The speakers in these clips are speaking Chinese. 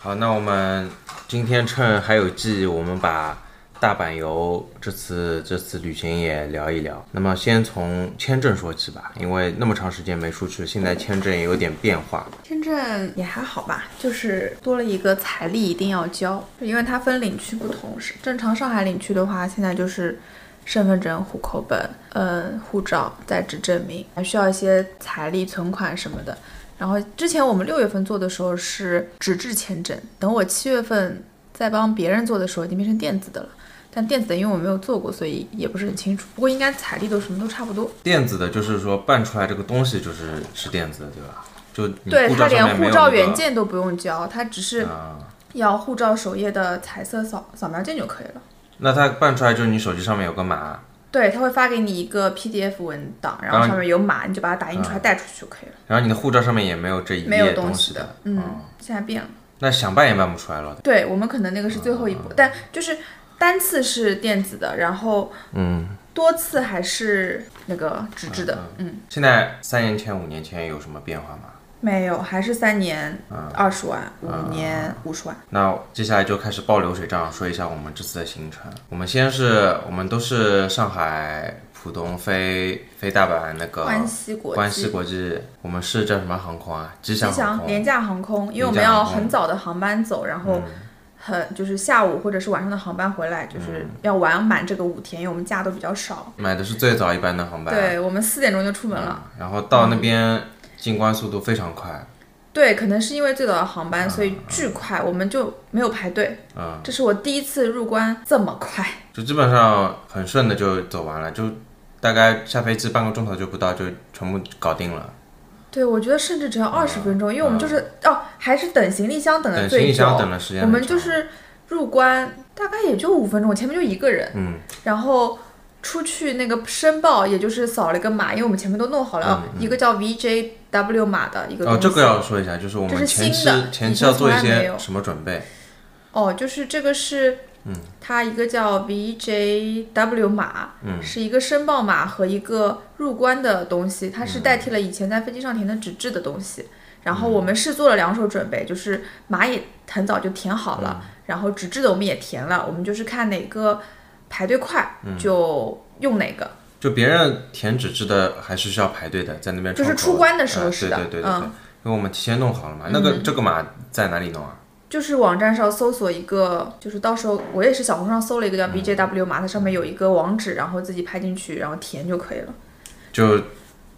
好，那我们今天趁还有记忆，我们把大阪游这次这次旅行也聊一聊。那么先从签证说起吧，因为那么长时间没出去，现在签证也有点变化。签证也还好吧，就是多了一个财力一定要交，因为它分领区不同。是正常上海领区的话，现在就是身份证、户口本、嗯、护照、在职证明，还需要一些财力、存款什么的。然后之前我们六月份做的时候是纸质签证，等我七月份再帮别人做的时候，已经变成电子的了。但电子的因为我没有做过，所以也不是很清楚。不过应该财力都什么都差不多。电子的就是说办出来这个东西就是是电子的，对吧？就你对嗯护他照上面连没护有照那个原件都不用交，他只是啊，要护照首页的彩色扫扫描件就可以了。那它办出来就是你手机上面有个码，对，他会发给你一个 PDF 文档，然然后后上面有码，你就把它打印出来带出去就可以了，然后你的护照上面也没有这一没有页东西啊的。嗯，现在变了。那想办也办不出来了。对我们可能那个是最后一啊步，但就是单次是电子的，然后嗯，啊多次还是那个纸质的。嗯，现在三年前、五年前有什么变化吗？没有，还是三年啊二十万，五年五十万。那接下来就开始报流水账，说一下我们这次的行程。我们先是我们都是上海浦东飞飞大阪那个关西国际关西国际，我们是叫什么航空啊？吉吉祥航祥空。廉价航空，因为我们廉价航要空嗯很早的航班走，然后很就是下午或者是晚上的航班回来，嗯就是要玩满这个五天，因为我们假都比较少。买的是最早一班的航班，啊对我们四点钟就出门了。然后到那边进关速度非常快，对，可能是因为最早的航班，所以巨快，我们就没有排队。嗯，这是我第一次入关这么快。就基本上很顺的就走完了，就大概下飞机半个钟头就不到，就全部搞定了。对，我觉得甚至只嗯要二十分钟，因为我们就是、哦，还是等行李箱等的等行最李久。箱等的时间我很们就长是入关大概也就五分钟，我前面就一个人，嗯，然后出去那个申报，也就是扫了一个码，因为我们前面都弄好了，一个叫 VJW 码的一个东嗯哦西。，这个要说一下，就是我这是们前新期的前以期前要做一从来没些有什么准备？哦，就是这个是，嗯它一个叫 VJW 码，嗯是一个申报码和一个入关的东西，它是代替了以前在飞机上填的纸质的东西。然后我们是做了两手准备，就是码也很早就填好了，嗯然后纸质的我们也填了，我们就是看哪个排队快嗯就用哪个。就别人填纸质的还是需要排队的，在那边就是窗口出关的时候呃是的对对对对对，嗯因为我们提前弄好了嘛。那个这个码在哪里弄啊？就是网站上搜索一个，就是到时候我也是小红书上搜了一个嗯叫 BJW 码，它上面有一个网址，然后自己拍进去，然后填就可以了。就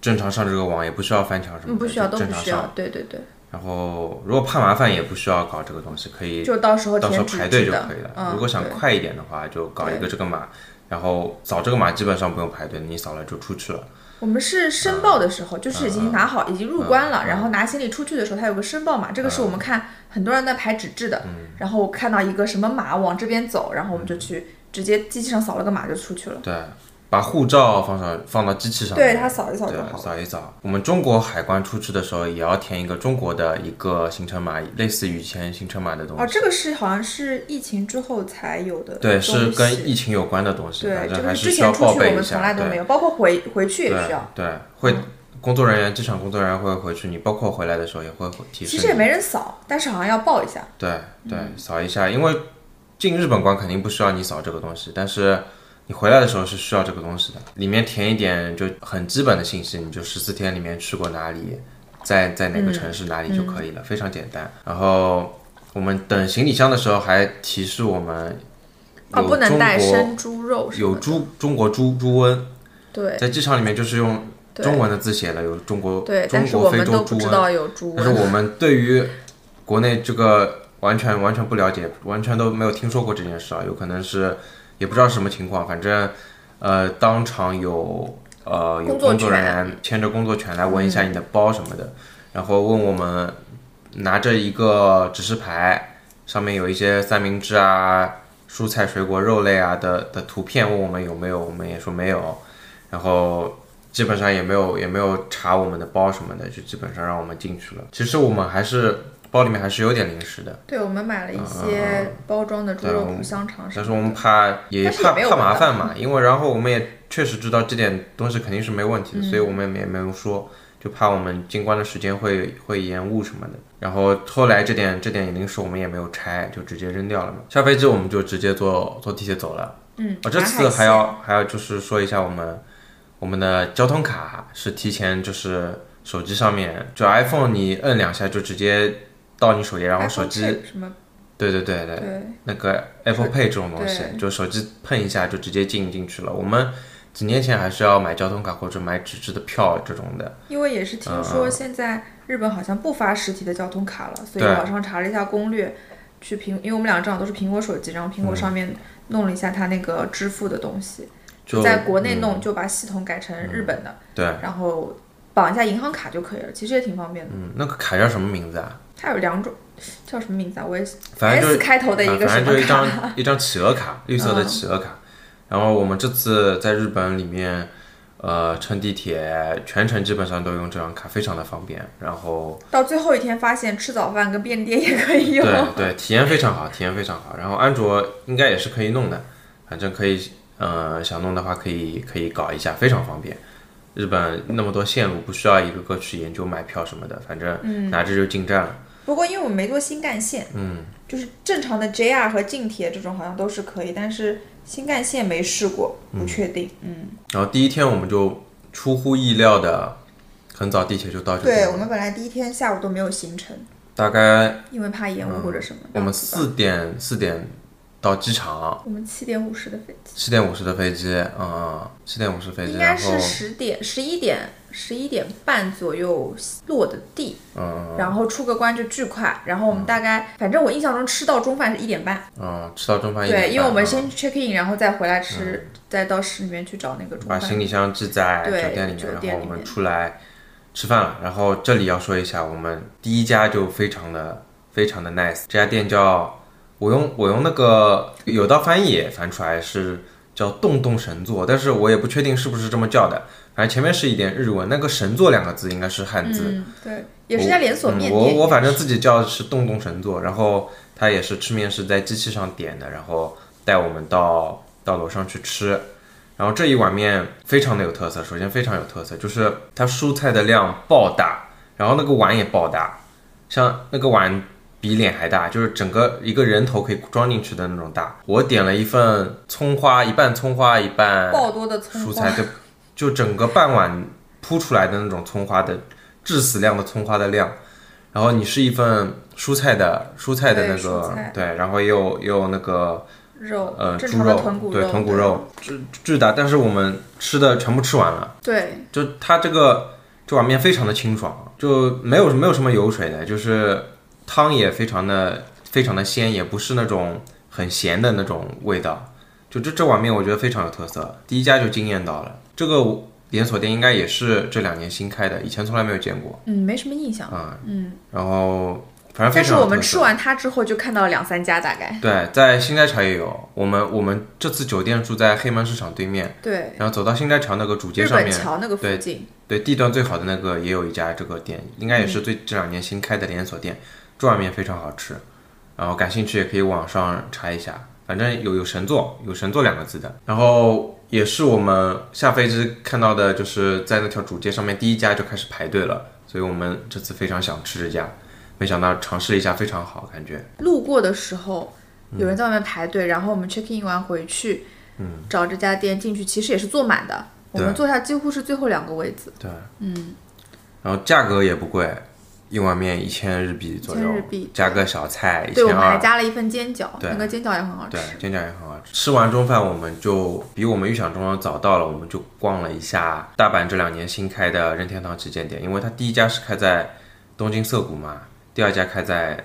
正常上这个网，也不需要翻啊墙什么的，嗯，不需要，就都正不常需上。要。对对对，然后如果怕麻烦，也不需要搞这个东西，可以就到时候到时候填纸排队质就的可以了。嗯，如果想对快一点的话，就搞一个这个码，然后扫这个码基本上不用排队，你扫了就出去了。我们是申报的时候，就是嗯已经拿好，已经入关了，然后拿行李出去的时候，它有个申报码，这个是我们嗯看很多人在排纸质的，然后我看到一个什么码往这边走，然后我们就嗯去直接机器上扫了个码就出去了。对，把护照放上放到机器上面，对它扫一扫就对好了扫一扫。我们中国海关出去的时候，也要填一个中国的一个行程码，类似于以前行程码的东西。哦，这个是好像是疫情之后才有的，对，是跟疫。情有关的东西，对反，这正个还是之需要前出报去我备一们从下。来都对没有，包括回回去也需要。嗯对，对会工作人员，机场工作人员会回去，你包括回来的时候也会提示其你。实也没人扫，但是好像要报一下。对对，嗯扫一下，因为进日本关肯定不需要你扫这个东西，但是你回来的时候是需要这个东西的。里面填一点就很基本的信息，你就十四天里面去过哪里，在在嗯哪个城市哪里就可以了，非常简单。然后我们等行李箱的时候还提示我们哦，有不能中带国生猪肉什么有的。猪中国猪猪瘟，对在机场里面就是用对中文的字写了，有中国对，中但是国我非们洲猪都啊不瘟知。道有猪但是瘟。我们对于国内这个完全完全不了解，完全都没有听说过这件事啊，有可能是也不知道是什么情况，反正呃当场有呃有工作工作人权嗯员牵着工作犬来闻一下你的包什么的，然后问我们拿着一个指示牌，上面有一些三明治啊、蔬菜、水果、肉类啊的的图片，问我们有没有，我们也说没有，然后基本上也没有也没有查我们的包什么的，就基本上让我们进去了。其实我们还是包里面还是有点零食的，嗯对，我们买了一些包装的猪对肉我脯、香肠什但么是的。我们怕也但是也怕没有怕麻味道嗯烦嘛，因为然后我们也确实知道这点东西肯定是没问题的，所以我们也没没有说，就怕我们进关的时间会会延误什么的。然后后来这点这点临时我们也没有拆，就直接扔掉了嘛。下飞机我们就直接坐坐地铁走了。嗯，我、啊哦这马次海还鲜要还要就是说一下我们我们的交通卡是提前就是手机上面就 iPhone 你摁两下就直接到你首页，然后手 iPhone 机 Chip 什么对对对对，对那个 Apple Pay 这种东西，对就手机碰一下就直接进进去了。我们几年前还是要买交通卡或者买纸质的票这种的，因为也是嗯听说现在日本好像不发实体的交通卡了，所以对网上查了一下攻略，去苹，因为我们俩正好都是苹果手机，然后嗯苹果上面弄了一下它那个支付的东西，就嗯在国内弄就把系统改成日本的，对，然后绑一下银行卡就可以了，其实也挺方便的。嗯，那个卡叫什么名字啊？它有两种，叫什么名字啊？我也反正就 S 开头的一啊个什反正么就一卡？ 嗯张一张企鹅卡，绿色的企鹅卡。然后我们这次在日本里面，呃，乘地铁全程基本上都用这张卡，非常的方便。然后到最后一天发现吃早饭跟便利店也可 以用。对对，体验非常好，体验非常好。然后安卓应该也是可以弄的，反正可以，呃，想弄的话可以可以搞一下，非常方便。日本那么多线路，不需要一个个去研究买票什么的，反嗯正拿着就进站了。不过因为我们没坐新干线，嗯，就是正常的 JR 和近铁这种好像都是可以，但是新干线没试过，不确定。嗯，然后第一天我们就出乎意料的，很早地铁就到这对边，我们本来第一天下午都没有行程，大概嗯因为怕延误或者什么。哎我们然后四啊点四点到机场，我们七点五十的飞机，七点五十的飞机，嗯，七点五十飞机，应然该后是十点、十一点、十一点半左右落的地，嗯然后出个关就巨快。然后我们大概，反正我印象中吃到中饭是一点半，嗯，吃到中饭一点对，因为我半们嗯先 check in，然后再回来吃，再到市里面去找那个中把饭。行李箱寄在对酒店里面，酒然店后里我面们出来吃饭了。然后这里要说一下，我们第一家就非常的非常的 nice，这家店叫我用我用那个有道翻译也翻出来是叫洞洞神作，但是我也不确定是不是这么叫的。反正前面是一点日文，那个神作两个字应该是汉字，嗯，对，也是一家连锁面嗯、我店。我反正自己叫的是洞洞神作，然后他也是吃面是在机器上点的，然后带我们到到楼上去吃。然后这一碗面非常的有特色，首先非常有特色，就是它蔬菜的量爆大，然后那个碗也爆大，像那个碗比脸还大，就是整个一个人头可以装进去的那种大。我点了一份葱花，一半葱花，一半爆多的葱蔬花菜，就就整个半碗铺出来的那种葱花的致死量的葱花的量，然后你是一份蔬菜的蔬菜的对那个蔬菜对，然后也有也有那个肉，呃正猪常的肉豚骨对肉，豚骨肉巨巨大，但是我们吃的全部吃完了，对，就它这个这碗面非常的清爽，就没有没有什么油水的，就是汤也非常的非常的鲜，也不是那种很咸的那种味道。就这这碗面，我觉得非常有特色，第一家就惊艳到了。这个连锁店应该也是这两年新开的，以前从来没有见过。嗯，没什么印象。然后反正非嗯但是常有特色。我们吃完它之后就看到了两三家大概，对，在新街桥也有。我们我们这次酒店住在黑门市场对面，对，然后走到新街桥那个主街日上本面，桥那个附对近，对，地段最好的那个也有一家这个店，应该也嗯是最这两年新开的连锁店，这碗面非常好吃，然后感兴趣也可以网上查一下，反正有有神作，有神作两个字的。然后也是我们下飞机看到的，就是在那条主街上面第一家就开始排队了，所以我们这次非常想吃这家，没想到尝试了一下非常好，感觉路过的时候嗯有人在外面排队，然后我们 check in 完回去，嗯找这家店进去，其实也是坐满的，我们坐下几乎是最后两个位置，对，嗯，然后价格也不贵，一碗面一千日币左右， 1000日币加个小菜一对，我千们还二。加了一份煎饺，啊对那个煎饺也很嗯好吃对，，煎饺也很好吃。吃完中饭，我们就比我们预想中的早到了，我们就逛了一下大阪这两年新开的任天堂旗舰店，因为它第一家是开在东京涩谷嘛，第二家开在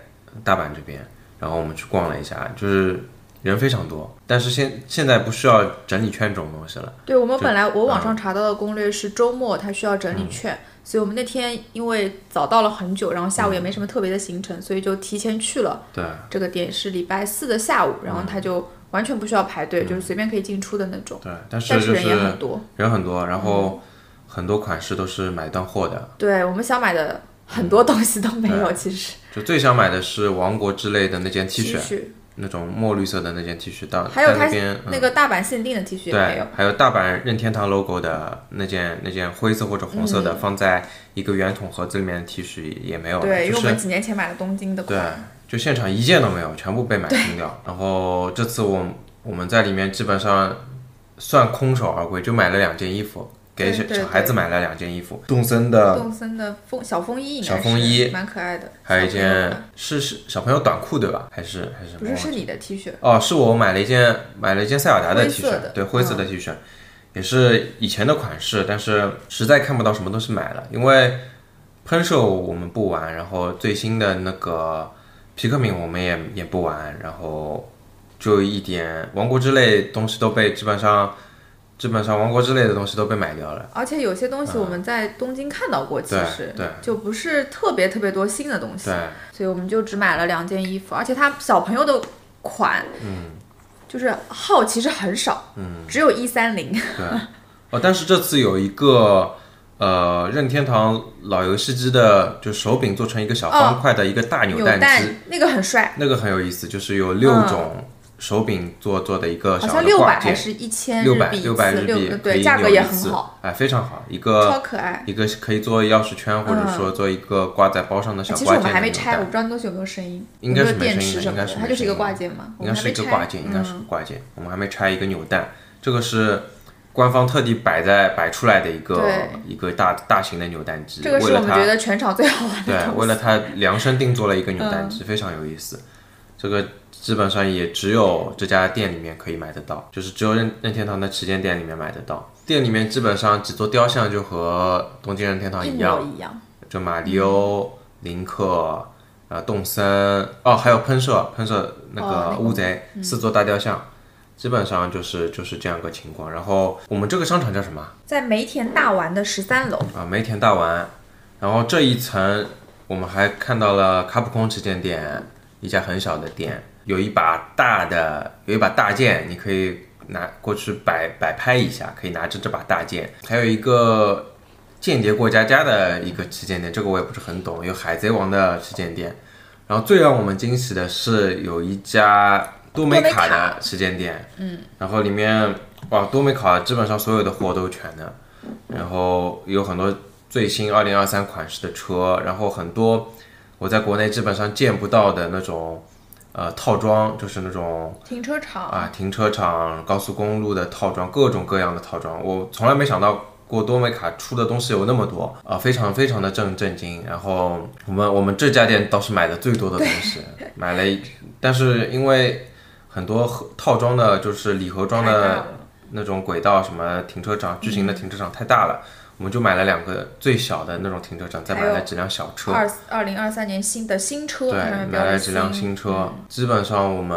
大阪这边，然后我们去逛了一下，就是人非常多，但是现现在不需要整理券这种东西了，对我们本来我网上查到的攻略是周末他需要整理券，嗯所以我们那天因为早到了很久，然后下午也没什么特别的行程，所以就提前去了。嗯对，嗯这个点是礼拜四的下午，然后他就完全不需要排队，就是随便可以进出的那种，对，但是但就是人也很多。人很多，然后很多款式都是买断货的，嗯对我们想买的很多东西都没有，其实就最想买的是王国之类的那件 T 恤。恤那种墨绿色的那件 T 恤到还有在他那边、嗯那个大阪限定的 T 恤也没对有，，还有大阪任天堂 logo 的那件那件灰色或者红色嗯的，放在一个圆筒盒子里面的 T 恤也没有了，对，因就为我是们几年前买了东京的对款，，就现场一件都没有，全部被买清 掉。然后这次我我们在里面基本上算空手而归，就买了两件衣服，给对小对小孩子买了两件衣服，动森的动森的风小风衣应该小风衣是蛮可爱的，还有一小朋友件的是是小朋友短裤对吧？还是还是不是是你的 T 恤，哦，是我买了一件买了一件塞尔达灰 T 色恤的，嗯对，灰色的 T 恤，也是以前的款式，但是实在看不到什么东西买了，因为喷射我们不玩，然后最新的那个皮克敏我们也也不玩，然后就一点王国之类东西都被基本上基本上王国之类的东西都被买掉了，嗯而且有些东西我们在东京看到过，其对实对就不是特别特别多新的东西对，。所以我们就只买了两件衣服，而且它小朋友的款，嗯，就是号其实很少，嗯，只有一三零，哦，但是这次有一个呃任天堂老游戏机的，就手柄做成一个小方块的一个大扭哦扭蛋机，蛋那个很帅，那个很有意思，就是有六种手柄做做的一个嗯好小像的六百挂还件，是一千六日百币一次，六百日币六可对，以价格扭也一很次好，，哎哎，非常好，一个超可爱。一个是可以做钥匙圈，或者说做一个挂在包上的小嗯啊哎其实挂我件们还的没扭拆，我蛋，不知道那东西有没有声音，应该有没是有没电声音池的，什应么该的，是它没就是声一个音挂的，件嘛，我应该们还是没一个拆啊嗯挂件，应该是个挂件，我们还没拆一个扭蛋，这个是。官方特地摆在摆出来的一个对一个大大型的扭蛋机，这个为是了我们它觉得全场最 好玩的对，东西。为了它量身定做了一个扭蛋嗯机，非常有意思。这个基本上也只有这家店里面可以买得到，就是只有任任天堂的旗舰店里面买得到。店里面基本上几座雕像就和东京任天堂一一样，模嗯一样，就马里欧、林克、呃动森哦，还有喷射喷射那哦那个个乌贼、四座大雕像，基本上就是就是这样个情况。然后我们这个商场叫什么？在梅田大丸的十三楼，啊，梅田大丸，然后这一层我们还看到了卡普空旗舰店一家很小的店，有一把大的，有一把大剑，你可以拿过去摆摆拍一下，可以拿着这把大剑，还有一个。间谍过家家的一个旗舰店，这个我也不是很懂。有海贼王的旗舰店，然后最让我们惊喜的是有一家多美卡的旗舰店，嗯，然后里面哇，多美卡基本上所有的货都全的，然后有很多最新二零二三款式的车，然后很多我在国内基本上见不到的那种呃套装，就是那种停车场，啊停车场、高速公路的套装，各种各样的套装，我从来没想到。过多美卡出的东西有那么多啊、非常非常的震震惊。然后我们我们这家店倒是买的最多的东西， 买了一，但是因为很多盒套装的，就是礼盒装太大的了那种轨道什么停车场、巨型的停车场太大了，我们就买了两个最小的那种停车场，再买还了有几辆小车，二二零二三年新的新车，对，它上面标买了的嗯几辆新车，基本上我们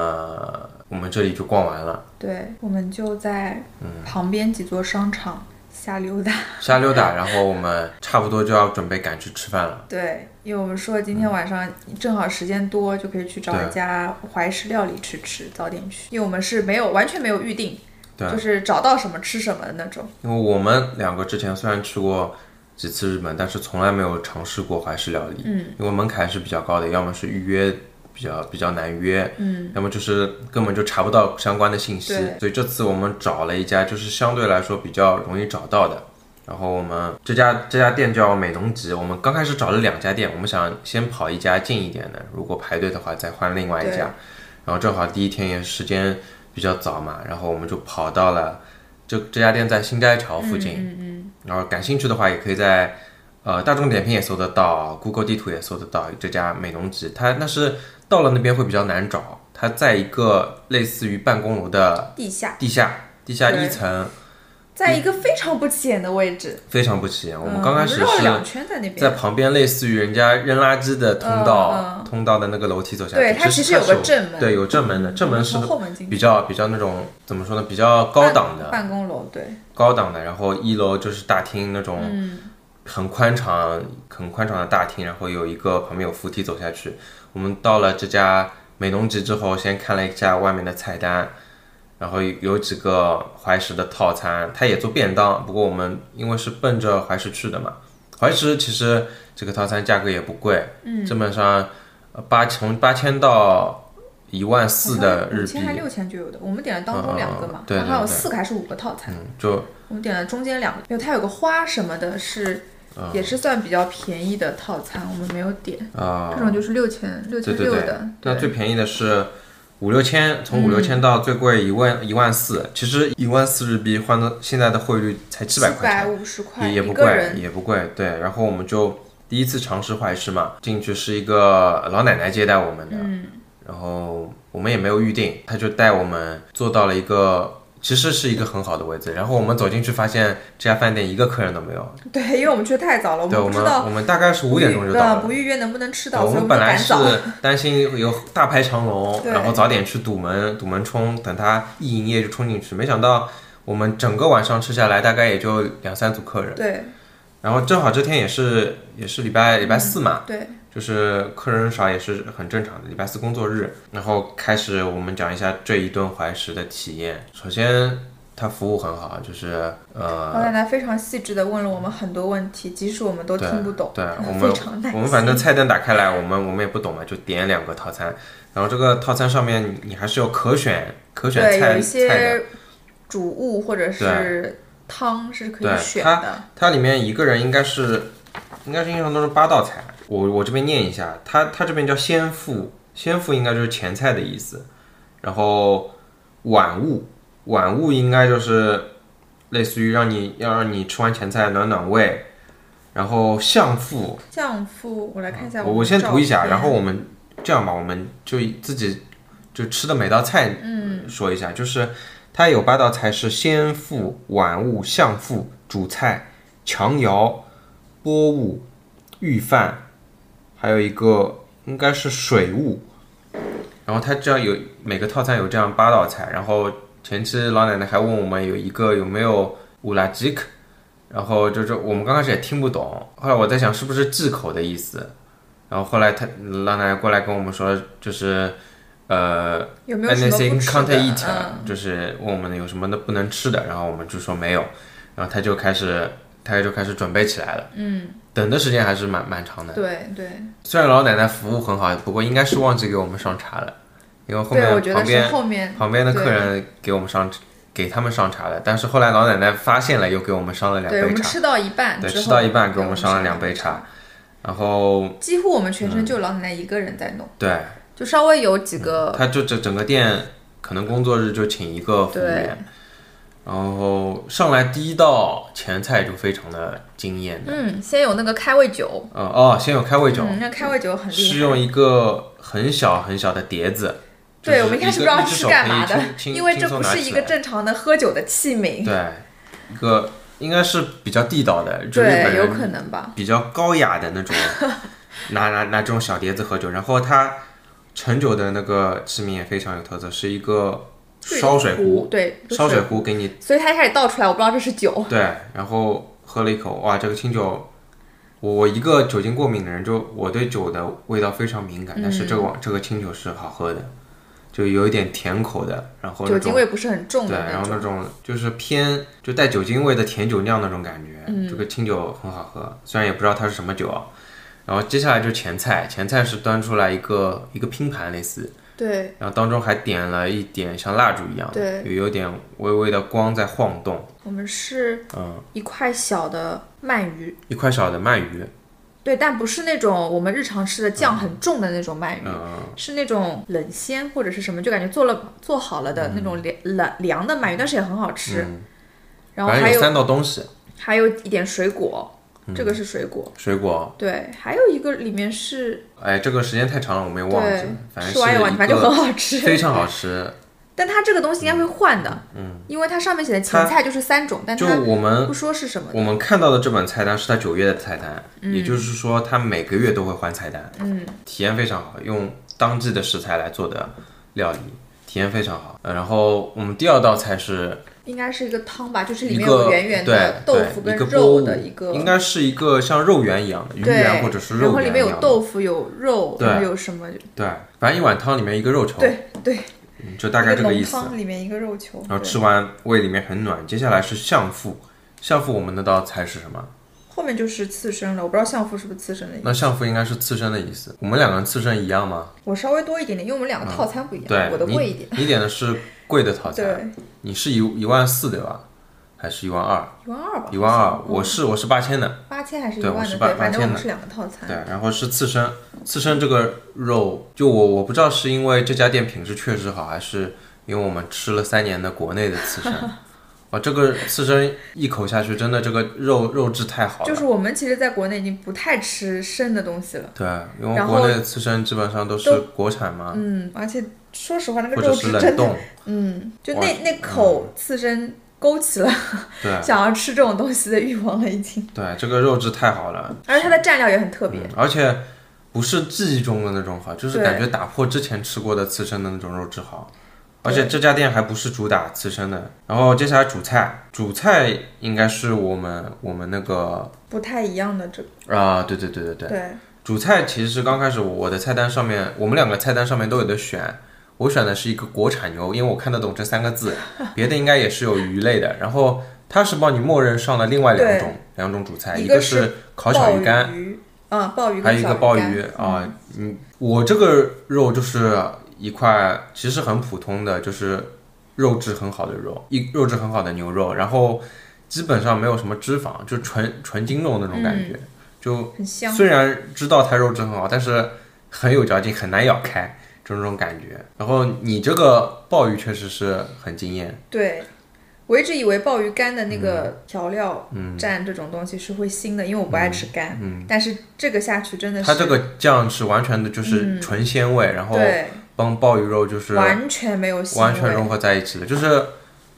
我们这里就逛完了，对，我们就在嗯旁边几座商场瞎溜达。瞎溜达，然后我们差不多就要准备赶去吃饭了。对，因为我们说今天晚上正好时间多，就可以去找一嗯对家怀石料理去吃，早点去。因为我们是没有完全没有预定，对就是找到什么吃什么的那种。因为我们两个之前虽然去过几次日本，但是从来没有尝试过怀石料理，嗯，因为门槛是比较高的，要么是预约比较比较难约，嗯，要么就是根本就查不到相关的信息对，所以这次我们找了一家就是相对来说比较容易找到的。然后我们这家这家店叫美浓吉，我们刚开始找了两家店，我们想先跑一家近一点的，如果排队的话再换另外一对家。然后正好第一天也时间比较早嘛，然后我们就跑到了这这家店在新斋桥附近。嗯嗯然后感兴趣的话，也可以在呃大众点评也搜得到，Google 地图也搜得到这家美浓吉。它那是到了那边会比较难找，它在一个类似于办公楼的地下，地下地下对一层，在一个非常不起眼的位置。非常不起眼。我们嗯刚开始绕了是两圈在那边，在旁边类似于人家扔垃圾的通道，嗯通道的那个楼梯走下去。对，它其实有它是个正门，对，有正门的，正门是从后门进去，比较比较那种怎么说呢，比较高档的，办公楼，对，高档的。然后一楼就是大厅那种很宽敞、很宽敞的大厅，然后有一个旁边有扶梯走下去。我们到了这家美浓吉之后，先看了一下外面的菜单。然后有有几个怀石的套餐，它也做便当，不过我们因为是奔着怀石去的嘛，怀石其实这个套餐价格也不贵，嗯，基本上呃八从八千到一万四的日币五千，还六千就有的，我们点了当中两个嘛嗯嗯嗯，对然后还有对对四个还是五个套餐，嗯，就我们点了中间两个，有它有个花什么的是，嗯也是算比较便宜的套餐，我们没有点，啊、这种就是六千六对千对六对的，嗯那最便宜的是五六千，从五六千到最贵一万一万四，其实一万四日币换到现在的汇率才七七百块钱百，五十块也也不一个贵，人，也不贵。对，然后我们就第一次尝试怀石嘛，进去是一个老奶奶接待我们的，嗯然后我们也没有预定，她就带我们坐到了一个。其实是一个很好的位置，然后我们走进去发现这家饭店一个客人都没有。对，因为我们去的太早了，对，们我不知们道我们大概是五点钟就到了呃，不预约能不能吃对到，我所以们就本来赶是早。 担心有大排长龙，对然后早点去堵门，堵门冲，等它一营业就冲进去。没想到我们整个晚上吃下来，大概也就两三组客人。对然后正好这天也是也是礼拜礼拜四嘛，对，就是客人少也是很正常的，礼拜四工作日。然后开始我们讲一下这一顿怀石的体验。首先，它服务很好，就是呃，老奶奶非常细致的问了我们很多问题，即使我们都对听不懂， 对她我们非常耐我们心反正菜单打开来，我们我们也不懂嘛，就点两个套餐。然后这个套餐上面你你还是有可选可选对有菜一菜的，些主物或者是汤是可对以选的，它里面一个人应该是应该是印象中是八道菜。我我这边念一下，它它这边叫先付，先付应该就是前菜的意思。然后晚物，晚物应该就是类似于让你要让你吃完前菜暖暖胃。然后相付酱付我来看一下啊我们先的读一下，照片嗯然后我们这样吧，我们就自己就吃的每道菜，嗯，说一下，就是它有八道菜是鲜腹、碗物、相腹、主菜、强肴、波物、御饭，还有一个应该是水物。然后它这样有每个套餐有这样八道菜，然后前期老奶奶还问我们有一个有没有乌拉吉克，然后就是我们刚开始也听不懂，后来我在想是不是忌口的意思，然后后来他老奶奶过来跟我们说，就是呃有没有什么不，anything 吃 can't 的？ eat，、嗯，就是问我们有什么的不能吃的，然后我们就说没有，然后他就开始他就开始准备起来了，嗯，等的时间还是蛮蛮长的，对对虽然老奶奶服务很好，不过应该是忘记给我们上茶了，因为后对，我面觉旁得是边后面旁边的客人给我们上给他们上茶了，但是后来老奶奶发现了，又给我们上了两对我杯们茶，吃到一半对，之后，吃到一半给给我们上了两杯茶，然后几乎我们全程嗯就老奶奶一个人在弄，对，就稍微有几个呃他就整整个店可能工作日就请一个服务员，然后上来第一道前菜就非常的惊艳，嗯，先有那个开胃酒，呃哦，先有开胃酒，嗯，那开胃酒很厉是害。用一个很小很小的碟子，对就我是们一开始个不知道只是手干可以嘛的轻，轻因为这轻松不拿是起一来个正常的喝酒的器皿，对，一个应该是比较地道的，就日本对，有人可能吧。比较高雅的那 种，拿拿拿这种小碟子喝酒，然后它盛酒的那个器皿也非常有特色，是一个对烧水壶，，对，就烧是水壶给你所以他一开始倒出来，我不知道这是酒，对，然后喝了一口，哇，这个清酒。我我一个酒精过敏的人，就我对酒的味道非常敏感，但是嗯这个往这个清酒是好喝的，就有一点甜口的，然后酒那精种味不是很重对，的然那后那种。种就是偏就带酒精味的甜酒酿那种感觉，嗯这个清酒很好喝，虽然也不知道它是什么酒啊。然后接下来就是前菜，前菜是端出来一个一个拼盘类似，对然后当中还点了一点像蜡烛一样的，有有点微微的光在晃动，我们是嗯一块小的鳗鱼，一块小的鳗鱼，对，但不是那种我们日常吃的嗯酱很重的那种鳗鱼，是那种冷鲜或者是什么，就感觉做了做好了的那嗯种凉冷凉的鳗鱼，但是也很好吃。然后反还正有嗯有三道东西，还有一点水果，这个是水果。水果，对，还有一个里面是，哎，这个时间太长了，我没忘记对了，，反正吃完以是后一反正就个很好吃。非常好吃，但它这个东西应该会换的，嗯，因为它上面写的前菜就是三种， 但就它我们不说是什么。嗯我们看到的这本菜单是他九月的菜单，也就是说他每个月都会换菜单，嗯，体验非常好，用当季的食材来做的料理，体验非常好。呃然后我们第二道菜是应该是一个汤吧，就是里一面有个圆圆对的豆对腐一跟个钵肉物的一个，应该是一个像肉圆一啊样的鱼对，圆或者是然肉后里圆面一有样的，豆腐，有肉，对然后有什么，对，反正一碗汤里面一个肉球，对对，嗯就大概一这个个浓意思。汤里面一个肉球，然后对吃完胃里面很暖，接下来是相腹，相腹我们那道菜是什么？后面就是次生了，我不知道相夫是不是次生的意思。那相夫应该是次生的意思。我们两个人次生一样吗？我稍微多一点点，因为我们两个套餐不一样，嗯对，我的贵一你点。你点的是贵的套餐，对，你是一一万四对吧？还是一万二？一万二吧，一万二，我是我是八千的，八千还是一对万我的，是对，八反正我八千们的是两个套餐。对，然后是刺身，刺身这个肉，就我我不知道是因为这家店品质确实好，还是因为我们吃了三年的国内的 刺身，哇，这个刺身一口下去，真的这个肉肉质太好了，就是我们其实在国内已经不太吃生的东西了，对，因为然国后内的刺身基本上都是国产嘛，嗯，而且说实话，那个啊或者肉是质真冷的，冻，嗯，就哇那那口刺身勾起了对 想要吃这种东西的欲望了，已经。对，这个肉质太好了，而且它的蘸料也很特别，嗯，而且不是记忆中的那种好，就是对感觉打破之前吃过的刺身的那种肉质好。而对且这家店还不是主打刺身的，然后接下来主菜，主菜应该是我们我们那个不太一样的这个。啊、对对对对对，对，主菜其实刚开始我的菜单上面，我们两个菜单上面都有的选，我选的是一个国产牛，因为我看得懂这三个字， 别的应该也是有鱼类的，然后它是帮你默认上了另外两对种两种主菜，一一个个是烤小鲍鱼干，鱼，嗯，鲍鱼还跟有一小个鲍干鱼啊，嗯，我这个肉就是一块其实很普通的，就是肉质很好的肉，一肉质很好的牛肉，然后基本上没有什么脂肪，就纯纯精肉那种嗯感觉，就很香。虽然知道它肉质很好，但是很有嚼劲，很难咬开，就那种感觉。然后你这个鲍鱼确实是很惊艳，对，我一直以为鲍鱼干的那嗯个调料蘸这种东西是会腥的，因为我不爱吃干。但是这个下去真的嗯是，嗯它这个酱是完全的就是纯鲜味，然后对，帮鲍鱼肉就是完全没有腥味，完全融合在一起的，就是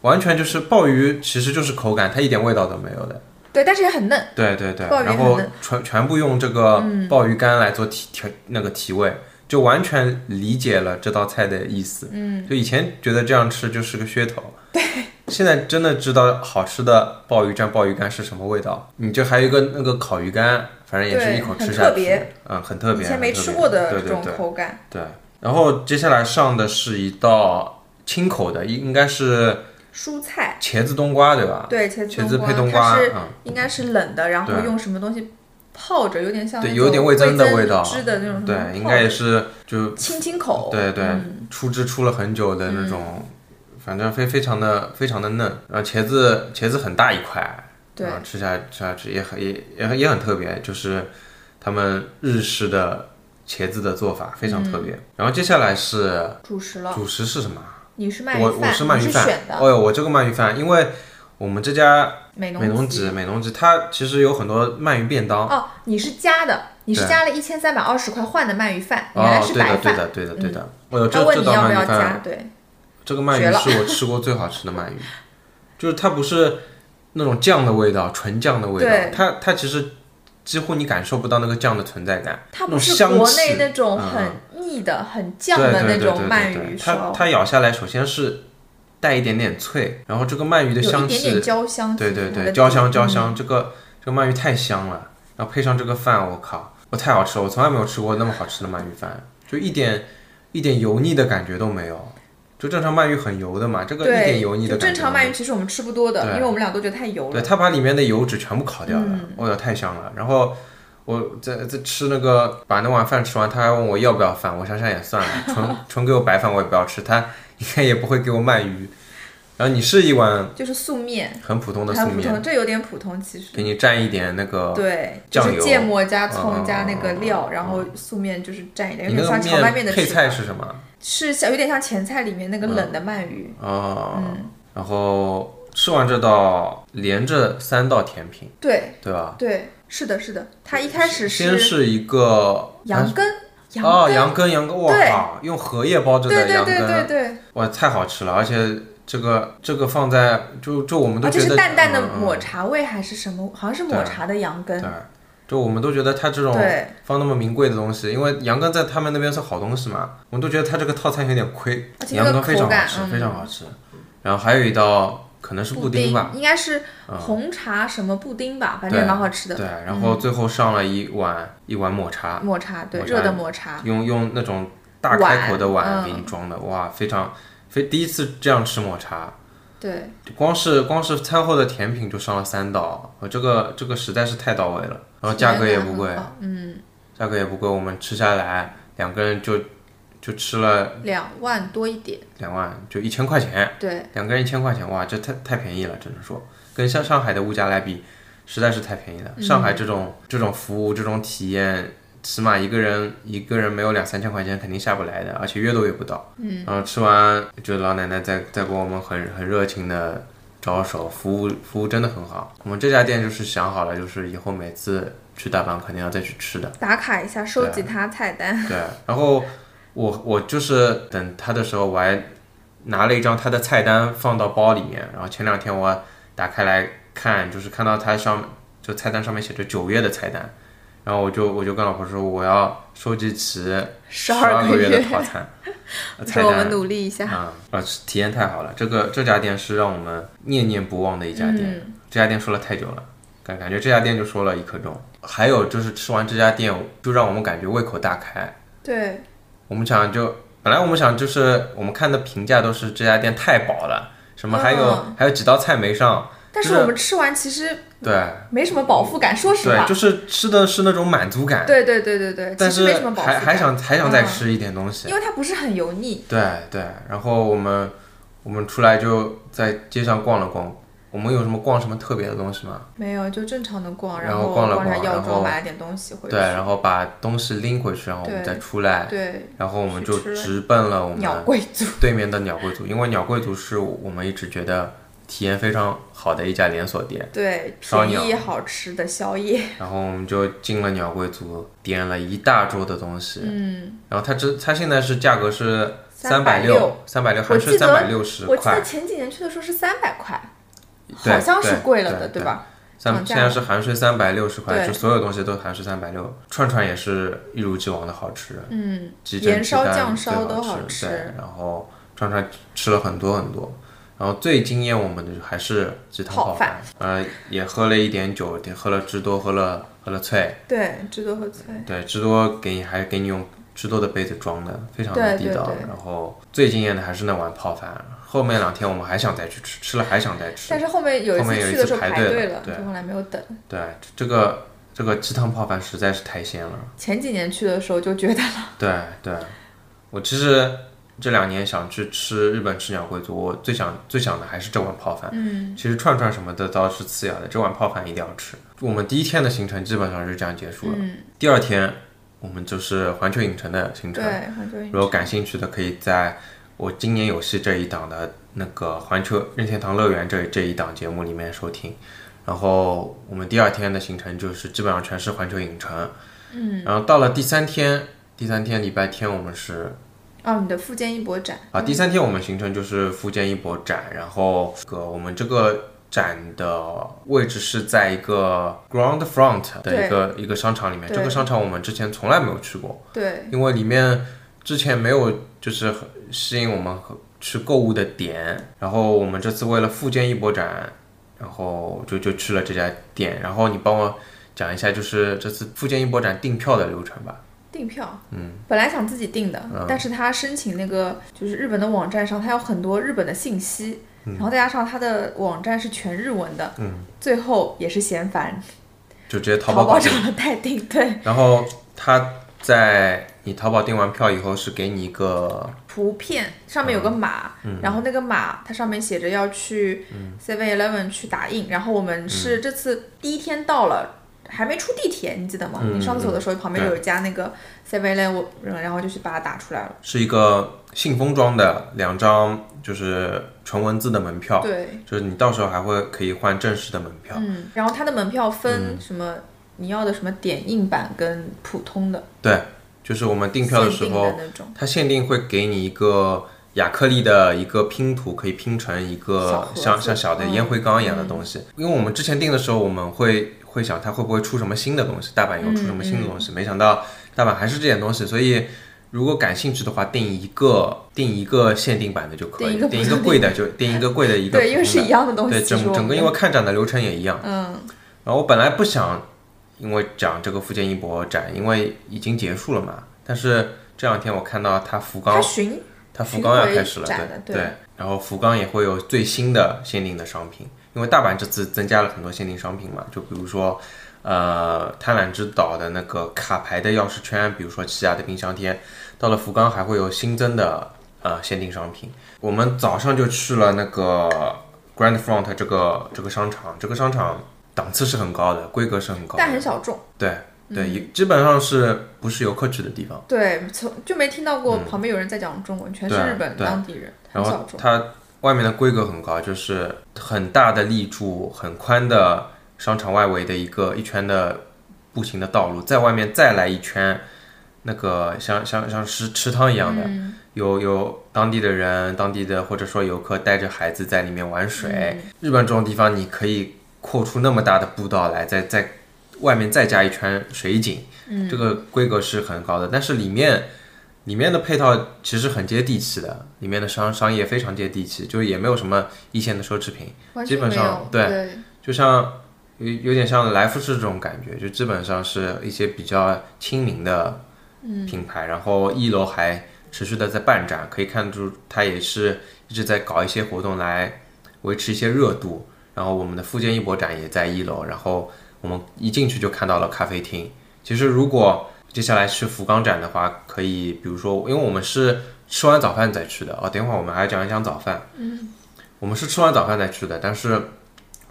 完全就是鲍鱼，其实就是口感，它一点味道都没有的。对，但是也很嫩。 对对对，鲍鱼然后很嫩全全部用这个嗯鲍鱼干来做提调那个提味，就完全理解了这道菜的意思。嗯，就以前觉得这样吃就是个噱头，对，现在真的知道好吃的鲍鱼蘸鲍鱼干是什么味道。你这还有一个那个烤鱼干，反正也是对一口很吃特下去别，嗯，很特别，以前没很特吃别过的对这对种对口感，对，然后接下来上的是一道清口的，应应该是蔬菜，茄子冬瓜对吧？对，茄茄子瓜，配冬瓜，它是嗯，应该是冷的，然后对用什么东西泡着，有点像对那有种点味味增的味道汁的那种，对，应该也是就清清口，对对，嗯出汁出了很久的那种，反正非非常的非常的嫩，然后茄子茄子很大一块，对然后吃下吃下去也很也也很也很特别，就是他们日式的茄子的做法非常特别。然后接下来是嗯主食了。主食是什么？你是鳗鱼我饭，我是鳗你鱼是饭选，的哦呦，我这个鳗鱼饭，因为我们这家美啊美浓吉吉美浓吉，它其实有很多鳗鱼便当。哦，你是加的，你是对加了一千三百二十块换的鳗鱼饭，原来哦，是对白的，对饭。的，对的，对的。哦呦，他这问这你道要鳗不鱼要饭，啊加，对，这个鳗绝鱼了是我吃过最好吃的鳗鱼，就是它不是那种酱的味道，纯酱的味道对，它它其实几乎你感受不到那个酱的存在感，它那不种是香国气内那种嗯很腻的、很对酱的对那对对种鳗对对鱼，它烧，它咬下来首先是带一点点脆，然后这个鳗鱼的有一香点气点焦香气对什么的，嗯对对，焦香焦香，这个这个鳗鱼太香了，然后配上这个饭，我靠，我太好吃了，我从来没有吃过那么好吃的鳗鱼饭，就一点一点油腻的感觉都没有。就正常鳗鱼很油的嘛，这个一点对，油腻的就感正觉常都没鳗有。鱼其实我们吃不多的，对因为我们俩都觉得太油对，了。嗯它把里面的油脂全部烤掉了，我操、太香了。然后我在在吃那个，把那碗饭吃完，他还问我要不要饭，我想想也算了， 纯纯给我白饭我也不要吃，他应该也不会给我鳗鱼。然后你是一碗就是素面，很普通的素很普面，通，这有点普通其实。给你蘸一点那个对，就酱油是芥末加嗯葱加那个嗯料，然后素面就是蘸一点，你有那点像个荞麦面的配吃菜法，是什么？是像有点像前菜里面嗯那个冷的鳗鱼。哦，嗯然后吃完这道，连着三道甜品，对对吧？对，是的，是的，它一开始啊先是是一个羊羹，羊哦，羹，羊羹，羊羹，哇对靠，用荷叶包着对的对羊对羹，对对，哇，太好吃了，而且这个这个放在就就我们都而且觉得啊是淡淡的嗯嗯抹茶味还是什么，好像是抹茶的羊羹对，，就我们都觉得啊它这种对放那么名贵的东西，因为羊羹在他们那边是好东西嘛，我们都觉得它这个套餐有点亏而，且那羊个羹非常口好感吃，嗯非常好吃。然后还有一道可能是布丁吧，嗯应该是红茶什么布丁吧，反正也蛮好吃的。嗯对，然后最后上了一碗、一碗抹茶，抹茶，对，抹茶热的抹茶，用用那种大开口的碗碗嗯给你装的，哇，非常非第一次这样吃抹茶，对，光是光是餐后的甜品就上了三刀，我这个这个实在是太到位了，然后价格也不贵体验，感很好，嗯，价格也不贵，我们吃下来两个人就就吃了两万多一点，两万，就一千块钱，对，两个人一千块钱，哇，这太太便宜了，只能说跟像上海的物价来比，实在是太便宜了。上海这种这种服务这种体验，起码一个人一个人没有两三千块钱肯定下不来的，而且约都约不到。嗯，然后吃完，就老奶奶在在给我们很很热情的招手，服务服务真的很好。我们这家店就是想好了，就是以后每次去大阪肯定要再去吃的。打卡一下，收集它菜单， 对，然后我我就是等他的时候，我还拿了一张他的菜单放到包里面。然后前两天我打开来看，就是看到他上就菜单上面写着九月的菜单，然后我就我就跟老婆说我要收集齐十二个月的套餐 呃菜说我单。们努力一下，啊、啊！体验太好了，这个这家店是让我们念念不忘的一家店。嗯这家店说了太久了，感感觉这家店就说了一刻钟。还有就是吃完这家店，就让我们感觉胃口大开。对，我们想就本来我们想就是我们看的评价都是这家店太饱了，什嗯么还有、还有几道菜没上，但是啊就是我们吃完其实对没什么饱腹感，嗯说实对，话，就是吃的是那种满足感，对对对对对，但其实没是什么饱腹还感，还想还想再吃一点东西，因为它不是很油腻，对对，然后我们我们出来就在街上逛了逛，我们有什么逛什么特别的东西吗？没有就正常的逛，然后后逛了下逛药然后妆，买了点东西回去对，，然后把东西拎回去，然后我们对再出来，对，然后我们就去吃了直奔了我们鸟贵族，对面的鸟贵族，因为鸟贵族是我们一直觉得体验非常好的一家连锁店，对，烧便宜好吃的宵夜， 然后我们就进了鸟贵族，点了一大桌的东西，嗯，然后它这它现在是价格是三百360，三百六我还记是得三百六十我记块得，前几年去的时候是三百块，对好像是对贵了的，对对吧？三涨价现在是含税三百六十块，对就所有东西都含税三百六，串串也是一如既往的好吃，嗯，鸡胗盐鸡烧蛋酱最烧都好好吃对，然后串串吃了很多很多，然后最惊艳我们的还是鸡汤泡泡饭，呃，也喝了一点酒，也喝了汁多，喝了喝了翠，对，汁多和脆，对，汁多给你还给你用汁多的杯子装的，非常的对地道。对对然后最惊艳的还是那碗泡饭，后面两天我们还想再去吃，吃了还想再吃但。是后面有一后面有一去次的时候排排队队了了，对就后来没有等。对，这个这个鸡汤泡饭实在是太鲜了。前几年去的时候就觉得，对对，我其实这两年想去吃日本吃鸟贵族，我最想最想的还是这碗泡饭。嗯，其实串串什么的倒是次要的，这碗泡饭一定要吃。我们第一天的行程基本上就这样结束了。嗯、第二天我们就是环球影城的行程对，。环球影如果感兴趣的，可以在我今年有戏这一档的那个环球任天堂乐园这这一档节目里面收听。然后我们第二天的行程就是基本上全是环球影城，嗯，然后到了第三天，第三天礼拜天我们是哦，你的富坚义博展，嗯啊，第三天我们行程就是福建一博展，然后这个我们这个展的位置是在一个 ground front 的一个一个商场里面，对这个商场我们之前从来没有去过，对因为里面之前没有就是很吸引我们和去购物的点，然后我们这次为了复建一博展，然后就就去了这家店，然后你帮我讲一下就是这次复建一博展订票的流程吧。订票，嗯，本来想自己订的，啊但是他申请那个就是日本的网站上，它有很多日本的信息，嗯然后再加上他的网站是全日文的，嗯，最后也是嫌烦，就直接淘宝淘搞宝定，找了代订，对，然后他在你淘宝订完票以后是给你一个图片上面有个码，嗯然后那个码它上面写着要去 Seven Eleven 去打印，然后我们嗯是这次第一天到了。还没出地铁，你记得吗？嗯你上厕所的时候，旁边有一家那个 Seven Eleven，然后就去把它打出来了。是一个信封装的两张就是纯文字的门票，对，就是你到时候还会可以换正式的门票。嗯嗯，然后它的门票分什么？你要的什么点映版跟普通的对，就是我们订票的时限定候，的那种它限定会给你一个亚克力的一个拼图，可以拼成一小个盒子嗯像像小的烟灰缸一样的东西。因为我们之前订的时候，我们会会想它会不会出什么新的东西，大阪有出什么新的东嗯西，没想到大阪还是这点东西，所以。如果感兴趣的话，订一个订一个限定版的就可订以一，个订一个贵的就订一个贵的一个对，因为普通是一样的东西。对，其实整我整个因为看展的流程也一样。嗯。然后我本来不想因为讲这个福建一博展，因为已经结束了嘛。但是这两天我看到他福冈它巡它福冈要巡回开始了，展了对对然后福冈也会有最新的限定的商品，因为大阪这次增加了很多限定商品嘛，就比如说，呃，贪婪之岛的那个卡牌的钥匙圈，比如说奇亚的冰箱贴，到了福冈还会有新增的呃限定商品。我们早上就去了那个 Grand Front 这个这个商场，这个商场档次是很高的，规格是很高的，但很小众，对嗯对，也基本上是不是游客去的地方。嗯对，从就没听到过旁边有人在讲中文，全是对日本对当地人，很然小后众。它外面的规格很高，就是很大的立柱，很宽的商场外围的一个一圈的步行的道路，在外面再来一圈，那个像像像食池塘一样的，嗯有有当地的人、当地的或者说游客带着孩子在里面玩水。嗯日本这种地方，你可以扩出那么大的步道来，在在外面再加一圈水景，嗯这个规格是很高的，但是里面。里面的配套其实很接地气的，里面的商商业非常接地气，就是也没有什么一线的奢侈品，完基全本没上有，对对，就像有有点像来福士这种感觉，就基本上是一些比较亲民的品牌，然后一楼还持续的在办展，可以看出它也是一直在搞一些活动来维持一些热度。然后我们的富坚义博展也在一楼，然后我们一进去就看到了咖啡厅。其实如果接下来去福冈展的话，可以比如说，因为我们是吃完早饭再去的哦，等一会儿我们还要讲一讲早饭。嗯，我们是吃完早饭再去的，但是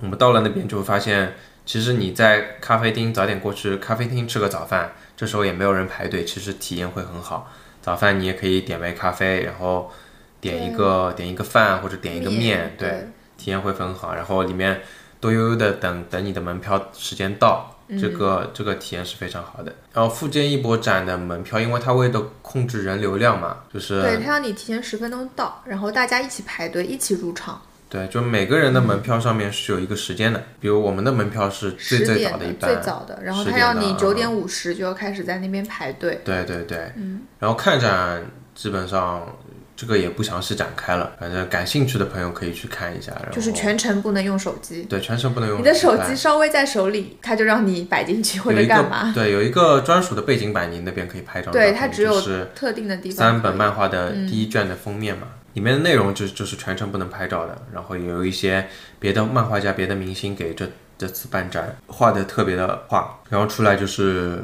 我们到了那边就会发现，其实你在咖啡厅早点过去，咖啡厅吃个早饭，这时候也没有人排队，其实体验会很好。早饭你也可以点杯咖啡，然后点一个点一个饭或者点一个面，对，对，体验会很好。然后里面多悠悠的等等你的门票时间到，嗯这个、这个体验是非常好的。然后富坚义博展的门票，因为它为了控制人流量嘛，就是对他让你提前十分钟到，然后大家一起排队，一起入场，对，就每个人的门票上面是有一个时间的，比如我们的门票是最十最点早一班，最早的，然后10他点要的你嗯九点五十就要开始在那边排队，对对对，嗯然后看展基本上这个也不详细展开了，反正感兴趣的朋友可以去看一下。然后就是全程不能用手机，对全程不能用你的手手机机稍微在手里，他就让你摆进去或有者一个干嘛，对，有一个专属的背景板，你那边可以拍张照片。对，它只有就是特定的地方嗯可三以。本漫画的第一卷的封面嘛，里面的内容就就是全程不能拍照的，然后也有一些别的漫画家、别的明星给这这次办展画的特别的画，然后出来就是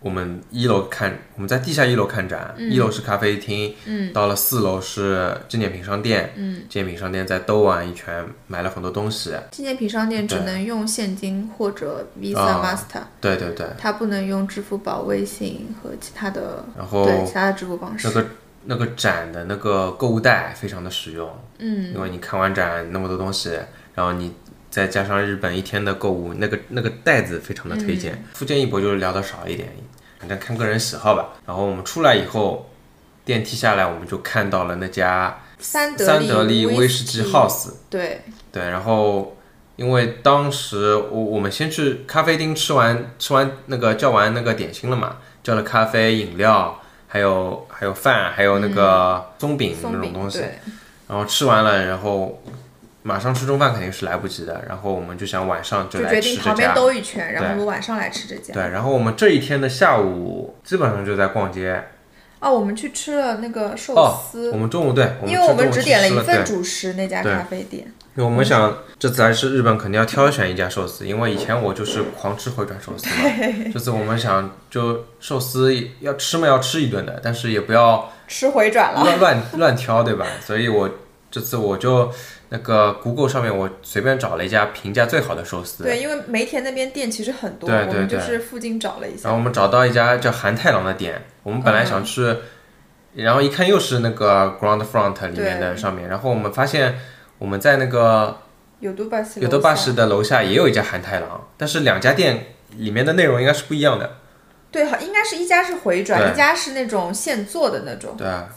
我们一楼看，我们在地下一楼看展，嗯一楼是咖啡厅，嗯，到了四楼是纪念品商店，嗯，纪念品商店再兜啊完一圈，买了很多东西，纪念品商店只对能用现金或者 Visa、啊 Master，对对对，它不能用支付宝、微信和其他的然后对其他的支付方式那。个那个展的那个购物袋非常的实用，嗯，因为你看完展那么多东西，然后你再加上日本一天的购物，那个那个袋子非常的推嗯荐。福建一博就是聊的少一点，反正看个人喜好吧。然后我们出来以后，电梯下来我们就看到了那家三三得利利威士忌 House，对，对，然后因为当时我我们先去咖啡厅吃完吃完那个叫完那个点心了嘛，叫了咖啡、饮料，还有还有饭，还有那个松饼那嗯松种饼东西。对，然后吃完了，然后马上吃中饭肯定是来不及的，然后我们就想晚上就来决吃定这旁边家。兜一圈，然后对我们晚上来吃这家。对，然后我们这一天的下午基本上就在逛街。哦，我们去吃了那个寿哦司，，我们中午对，因为我们只点了了对一份主食那家对咖啡店，因为我们想这次来是日本，肯定要挑选一家寿司，因为以前我就是狂吃回转寿司 嘛。这次我们想就寿司要吃嘛，要吃一顿的，但是也不要吃回转了。乱乱乱挑，对吧？所以我这次我就那个 Google 上面我随便找了一家评价最好的寿司，对，因为梅田那边店其实很多，对我对们就对是附近找了一然下。嗯后我们找到一家叫韩太郎的店，我们本来想去，然后一看又是那个 Ground Front 里面的上面，然后我们发现我们在那个有都巴西，有的巴士的楼下也有一家韩太郎，但是两家店里面的内容应该是不一样的。对，好应该是一家是回转，对一家是那种现做的那种。对啊，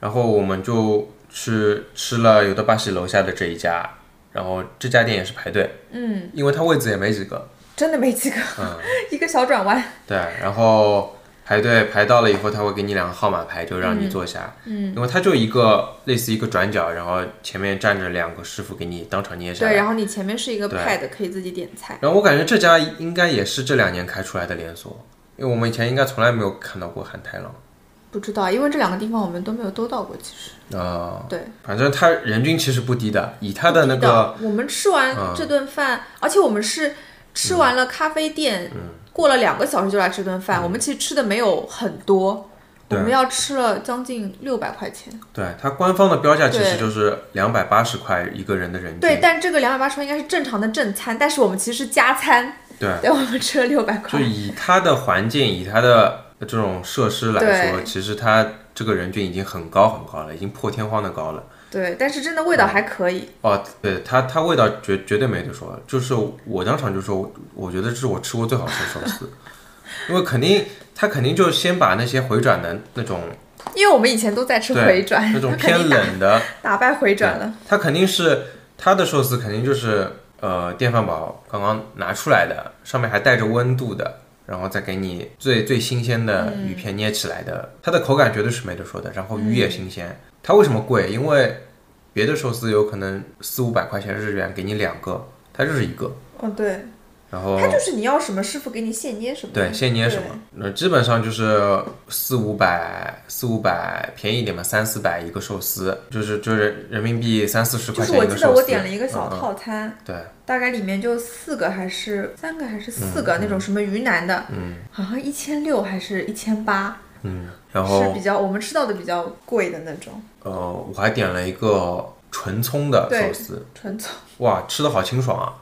然后我们就去吃了有的巴士楼下的这一家，然后这家店也是排队，嗯，因为它位置也没几个，真的没几个，嗯 一个小转弯。对，然后排队排到了以后，他会给你两个号码牌，就让你坐下，嗯，因为它就一个类似一个转角，然后前面站着两个师傅给你当场捏下来对，，然后你前面是一个对嗯 pad，可以自己点菜。然后我感觉这家应该也是这两年开出来的连锁，因为我们以前应该从来没有看到过韩太郎。不知道，因为这两个地方我们都没有兜到过，其实呃，对。反正它人均其实不低的，以它的那个嗯我们吃完这顿饭，而且我们是吃完了咖啡店，过了两个小时就来吃顿饭。我们其实吃的没有很多，我嗯对们要吃了将近六百块钱。对它官方的标价其实对就是两百八十块一个人的人均，对，但这个两百八十块应该是正常的正餐，但是我们其实是加餐，对对，我们吃了六百就块。以它的环境，以它的这种设施来说，对其实它这个人均已经很高很高了，已经破天荒的高了。对，但是真的味道还可以。哦，对它，它味道绝绝对没得说，就是我当场就说，我我觉得这是我吃过最好吃的寿 司，因为肯定它肯定就先把那些回转的那种因为我们以前都在吃对回转，那种 肯偏定冷的，打败回转了。它肯定是它的寿司肯定就是呃电饭煲刚刚拿出来的，上面还带着温度的，然后再给你最最新鲜的嗯鱼片捏起来的，它的口感绝对是没得说的。然后鱼嗯也新鲜，它为什么贵？因为别的寿司有可能四五百块钱日元给你两个，它就是一个，嗯、对，然后它就是你要什么，师傅给你现捏什么。哦对，现捏什么？那基本上就是四五百，四五百便宜一点嘛，三四百一个寿司，就是就是人民币三四十就块是钱我一个记得寿司。嗯我点了一个小套餐，对，大概里面就四个还是三个还是四嗯个、那种什么云南的，嗯，好像一千六还是一千八，嗯，然是后比较我们吃到的比较贵的那种呃，我还点了一个纯葱的寿司，纯葱。哇，吃的好清爽啊！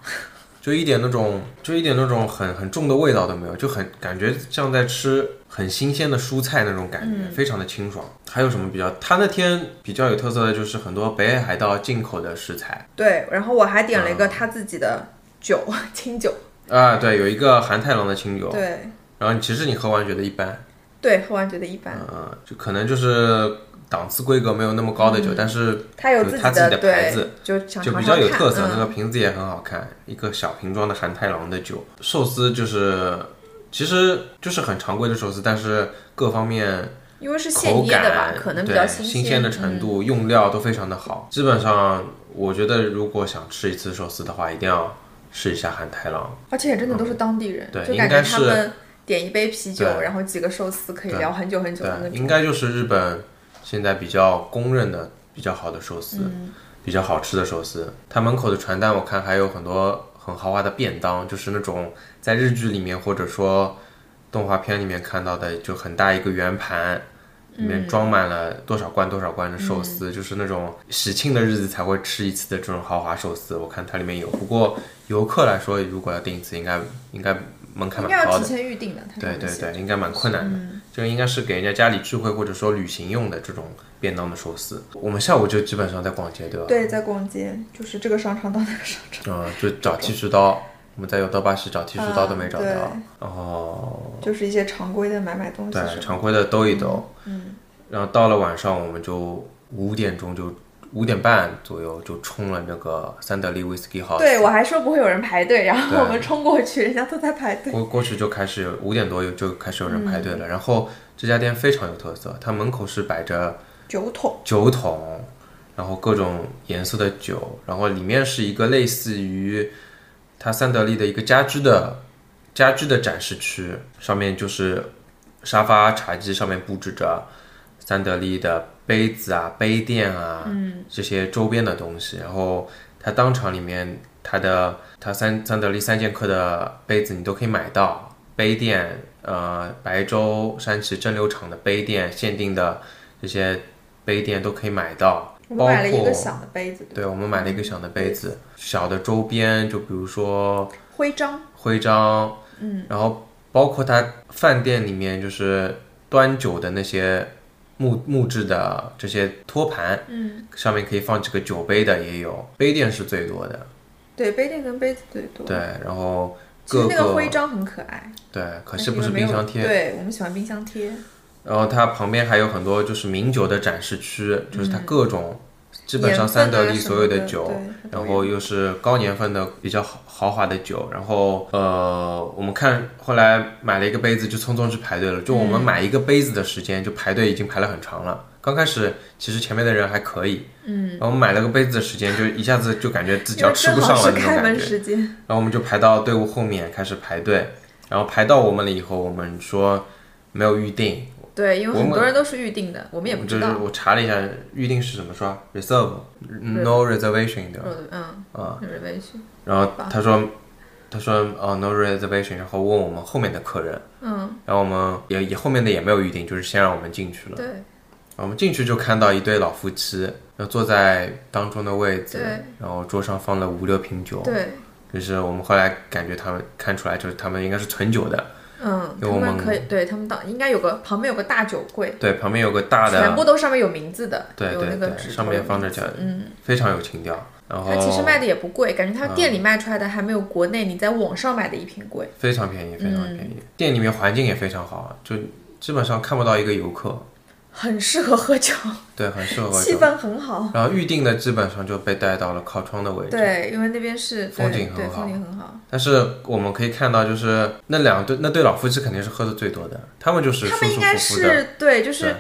就一点那种，就一点那种很很重的味道都没有，就很感觉像在吃很新鲜的蔬菜那种感嗯觉，非常的清爽。还有什么比较？它那天比较有特色的就是很多北海道进口的食材，对，然后我还点了一个他自己的酒， 清酒。啊，对，有一个韩太郎的清酒，对然后其实你喝完觉得一般，对，喝完觉得一般。嗯、就可能就是档次规格没有那么高的酒，嗯但是他有有己他自己的牌对子，就想就尝比尝较有看特色，那嗯，个瓶子也很好看，一个小瓶装的韩太郎的酒，寿司就是其实就是很常规的寿司，但是各方面嗯因为是现口捏的吧感，可能比对较新鲜嗯的程度、用料都非常的好，基本上我觉得如果想吃一次寿司的话，一定要试一下韩太郎。而且真的都是当地人，对就应感该觉他是们点一杯啤酒，对然后几个寿司可以对聊很久很久的对，那种。应该就是日本现在比较公认的比较好的寿司，嗯比较好吃的寿司。它门口的传单我看还有很多很豪华的便当，就是那种在日剧里面或者说动画片里面看到的，就很大一个圆盘。里嗯面装满了多少罐多少罐的寿司，就是那种喜庆的日子才会吃一次的这种豪华寿司。我看它里面有，不过游客来说，如果要订一次，应该应该门槛应蛮该高要的提。前预定的，嗯对它上面对写对，应该蛮困难的。这个应该是给人家家里聚会或者说旅行用的这种便当的寿司。我们下午就基本上在逛街，对吧？对，在逛街，就是这个商场到那个商场。嗯，就找剃须刀，我们在有刀巴士找剃须刀都没找到。啊哦，就是一些常规的买买东西对，什么。常规的兜一兜。嗯。然后到了晚上，我们就五点钟就五点半左右就冲了那个三得利 Whisky House。对，我还说不会有人排队，然后对我们冲过去，人家都在排队。嗯过过去就开始五点多有就开始有人排队了。然后这家店非常有特色，它门口是摆着。酒桶，酒桶，然后各种颜色的酒，然后里面是一个类似于它三得利的一个家居的家居的展示区，上面就是沙发茶几上面布置着三得利的杯子啊、杯垫啊，嗯，这些周边的东西。然后它当场里面它的它三三得利三剑客的杯子你都可以买到，杯垫，呃，白州山崎蒸馏厂的杯垫限定的这些杯垫都可以买到，我包括们买了一个小的杯子，嗯对我们买了一个小的杯子，小的周边就比如说徽章，徽章，嗯，然后包括它饭店里面就是端酒的那些木木质的这些托盘，嗯，上面可以放几个酒杯的也有，杯垫是最多的，对，杯垫跟杯子最多。对，然后其各实那个个徽章很可爱，对，可但惜因不为是没冰有箱贴，对我们喜欢冰箱贴，然后它旁边还有很多就是名酒的展示区，就是它各种基本上嗯盐分三啊得利什么所有的酒对，它都然后又是高年份的比较豪豪华的酒，然后呃，我们看后来买了一个杯子就匆匆去排队了，就我们买一个杯子的时间就排队已经排了很长了。刚开始其实前面的人还可以，嗯，然后我们买了个杯子的时间就一下子就感觉自己因要为吃正不上好了是那种开感门觉，时间，然后我们就排到队伍后面开始排队，然后排到我们了以后，我们说没有预定，对，因为我很们多人都是预定的，我们也不就知是道。我查了一下，预定是怎么说，reserve 嗯 no reservation 对吧？嗯嗯，啊、就是微信。然后他说，他说哦 no reservation，然后问我们后面的客人，嗯，然后我们也也后面的也没有预定，就是先让我们进去了。对然后我们进去就看到一对老夫妻，然后坐在当中的位置对，然后桌上放了五六瓶酒，对，就是我们后来感觉他们看出来，就是他们应该是存酒的，嗯，给他我们们可以，对他们当应该有个旁边有个大酒柜，对，旁边有个大全的，部都上面有名字的，对有那对个对，纸上头面的放着名字酒，非常有情调，然后嗯它其实卖的也不贵，感觉它店里卖出来的还没有国内你在网上买的一瓶贵。嗯非常便宜，非常便宜，店里面环境也非常好，啊就基本上看不到一个游 客，很适合喝酒，对，很 适合喝气酒。氛很好。然后预定的基本上就被带到了靠窗的位置。对，因为那边是风对景很对好风景很好。但是我们可以看到，就是那两对那对老夫妻肯定是喝的最多的，他们就是舒他们应舒该服服的，是对，就是对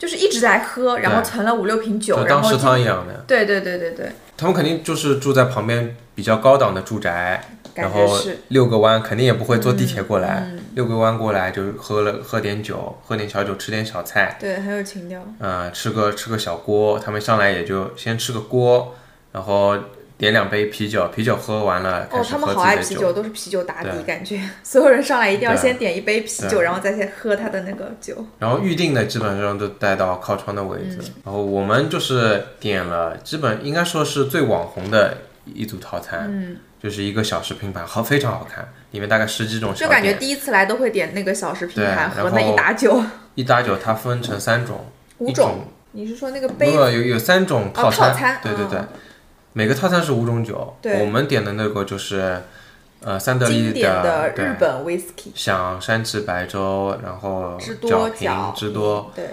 就是一直在喝，然后存了五六瓶酒，就然当后食进堂一样的。对对对对对，他们肯定就是住在旁边比较高档的住宅，感哎然觉后是嗯六个弯肯定也不会坐地铁过来，六个弯过来就喝了喝点酒，喝点小酒，吃点小菜，对，很有情调。呃，吃个吃个小锅，他们上来也就先吃个锅，然后点两杯啤酒，啤酒喝完了开哦，始他们喝好爱自啤己的酒。酒，都是啤酒打底，感觉 所有人上来一定要对先点一杯啤酒，然后再先喝他的那个酒。嗯然后预定的基本上都带到靠窗的位置，然后我们就是点了，基本应该说是最网红的一组套餐，嗯，就是一个小食拼盘，好非常好看，里面大概十几种就小感觉点，第一次来都会点那个小食拼对盘和然那一后打酒，一打酒它分成三种，五一种。你是说那个不杯有有三种哦，套套餐，餐，对对对，嗯，每个套餐是五种酒，对我们点的那个就是，呃，三得利经典的对日本 whisky，像山崎白粥，然后知多角瓶角之多，，对，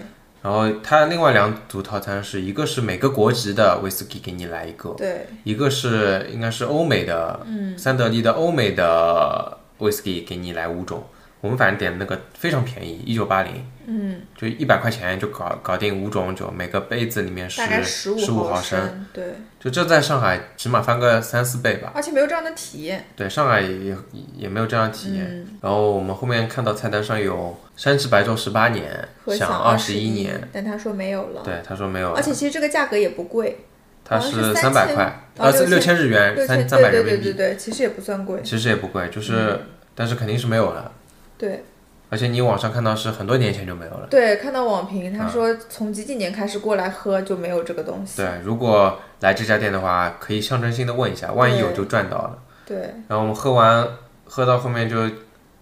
然后它另外两组套餐是一个是每个国籍的威士忌给你来一个，对，一个是应该是欧美的，嗯，三得利的欧美的威士忌给你来五种，我们反正点那个非常便宜，一九八零，嗯，就一百块钱就搞搞定五种酒，每个杯子里面是大概十五五毫升，升，对，就这在上海起码翻个三四倍吧。而且没有这样的体验，嗯对，上海也也没有这样的体验。然后我们后面看到菜单上有山崎白粥十八年，和享二嗯十一年。，但他说没有了，对，他说没有而，且其实这个价格也不贵，他好像是三百3000块，哦呃，六6000千日元，六千，三三对百对人对民对币，对，其实也不算贵，其实也不贵，就是、嗯但是肯定是没有了。对而且你网上看到是很多年前就没有了。嗯对，看到网评他说从几几年开始过来喝就没有这个东西，对，如果来这家店的话，可以象征性的问一下，万一有对就赚到了。对，然后我们喝完，喝到后面就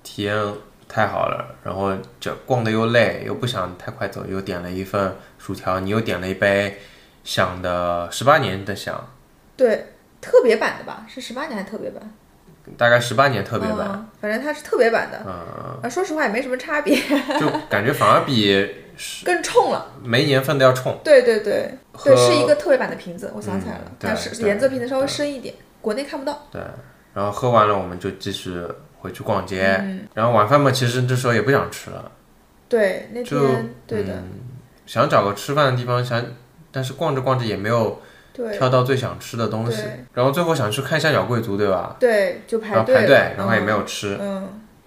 体验太好了，然后就逛的又累，又不想太快走，又点了一份薯条，你又点了一杯响的十八年的响，对，特别版的吧，是十八年还是特别版？大概十八年特别版，嗯嗯，反正它是特别版的。啊，说实话也没什么差别，就感觉反而 比更冲了。没年份的要冲。对对对，喝对，是一个特别版的瓶子，我想起来了嗯，但对是对颜色瓶子稍微深一点，国内看不到。对，然后喝完了我们就继续回去逛街，嗯然后晚饭嘛，其实这时候也不想吃了，对，那就嗯天对的，想找个吃饭的地方，想但是逛着逛着也没有对挑到最想吃的东西对，然后最后想去看一下小贵族，对吧？对，就然后排排队队，，然后也没有。有吃，嗯，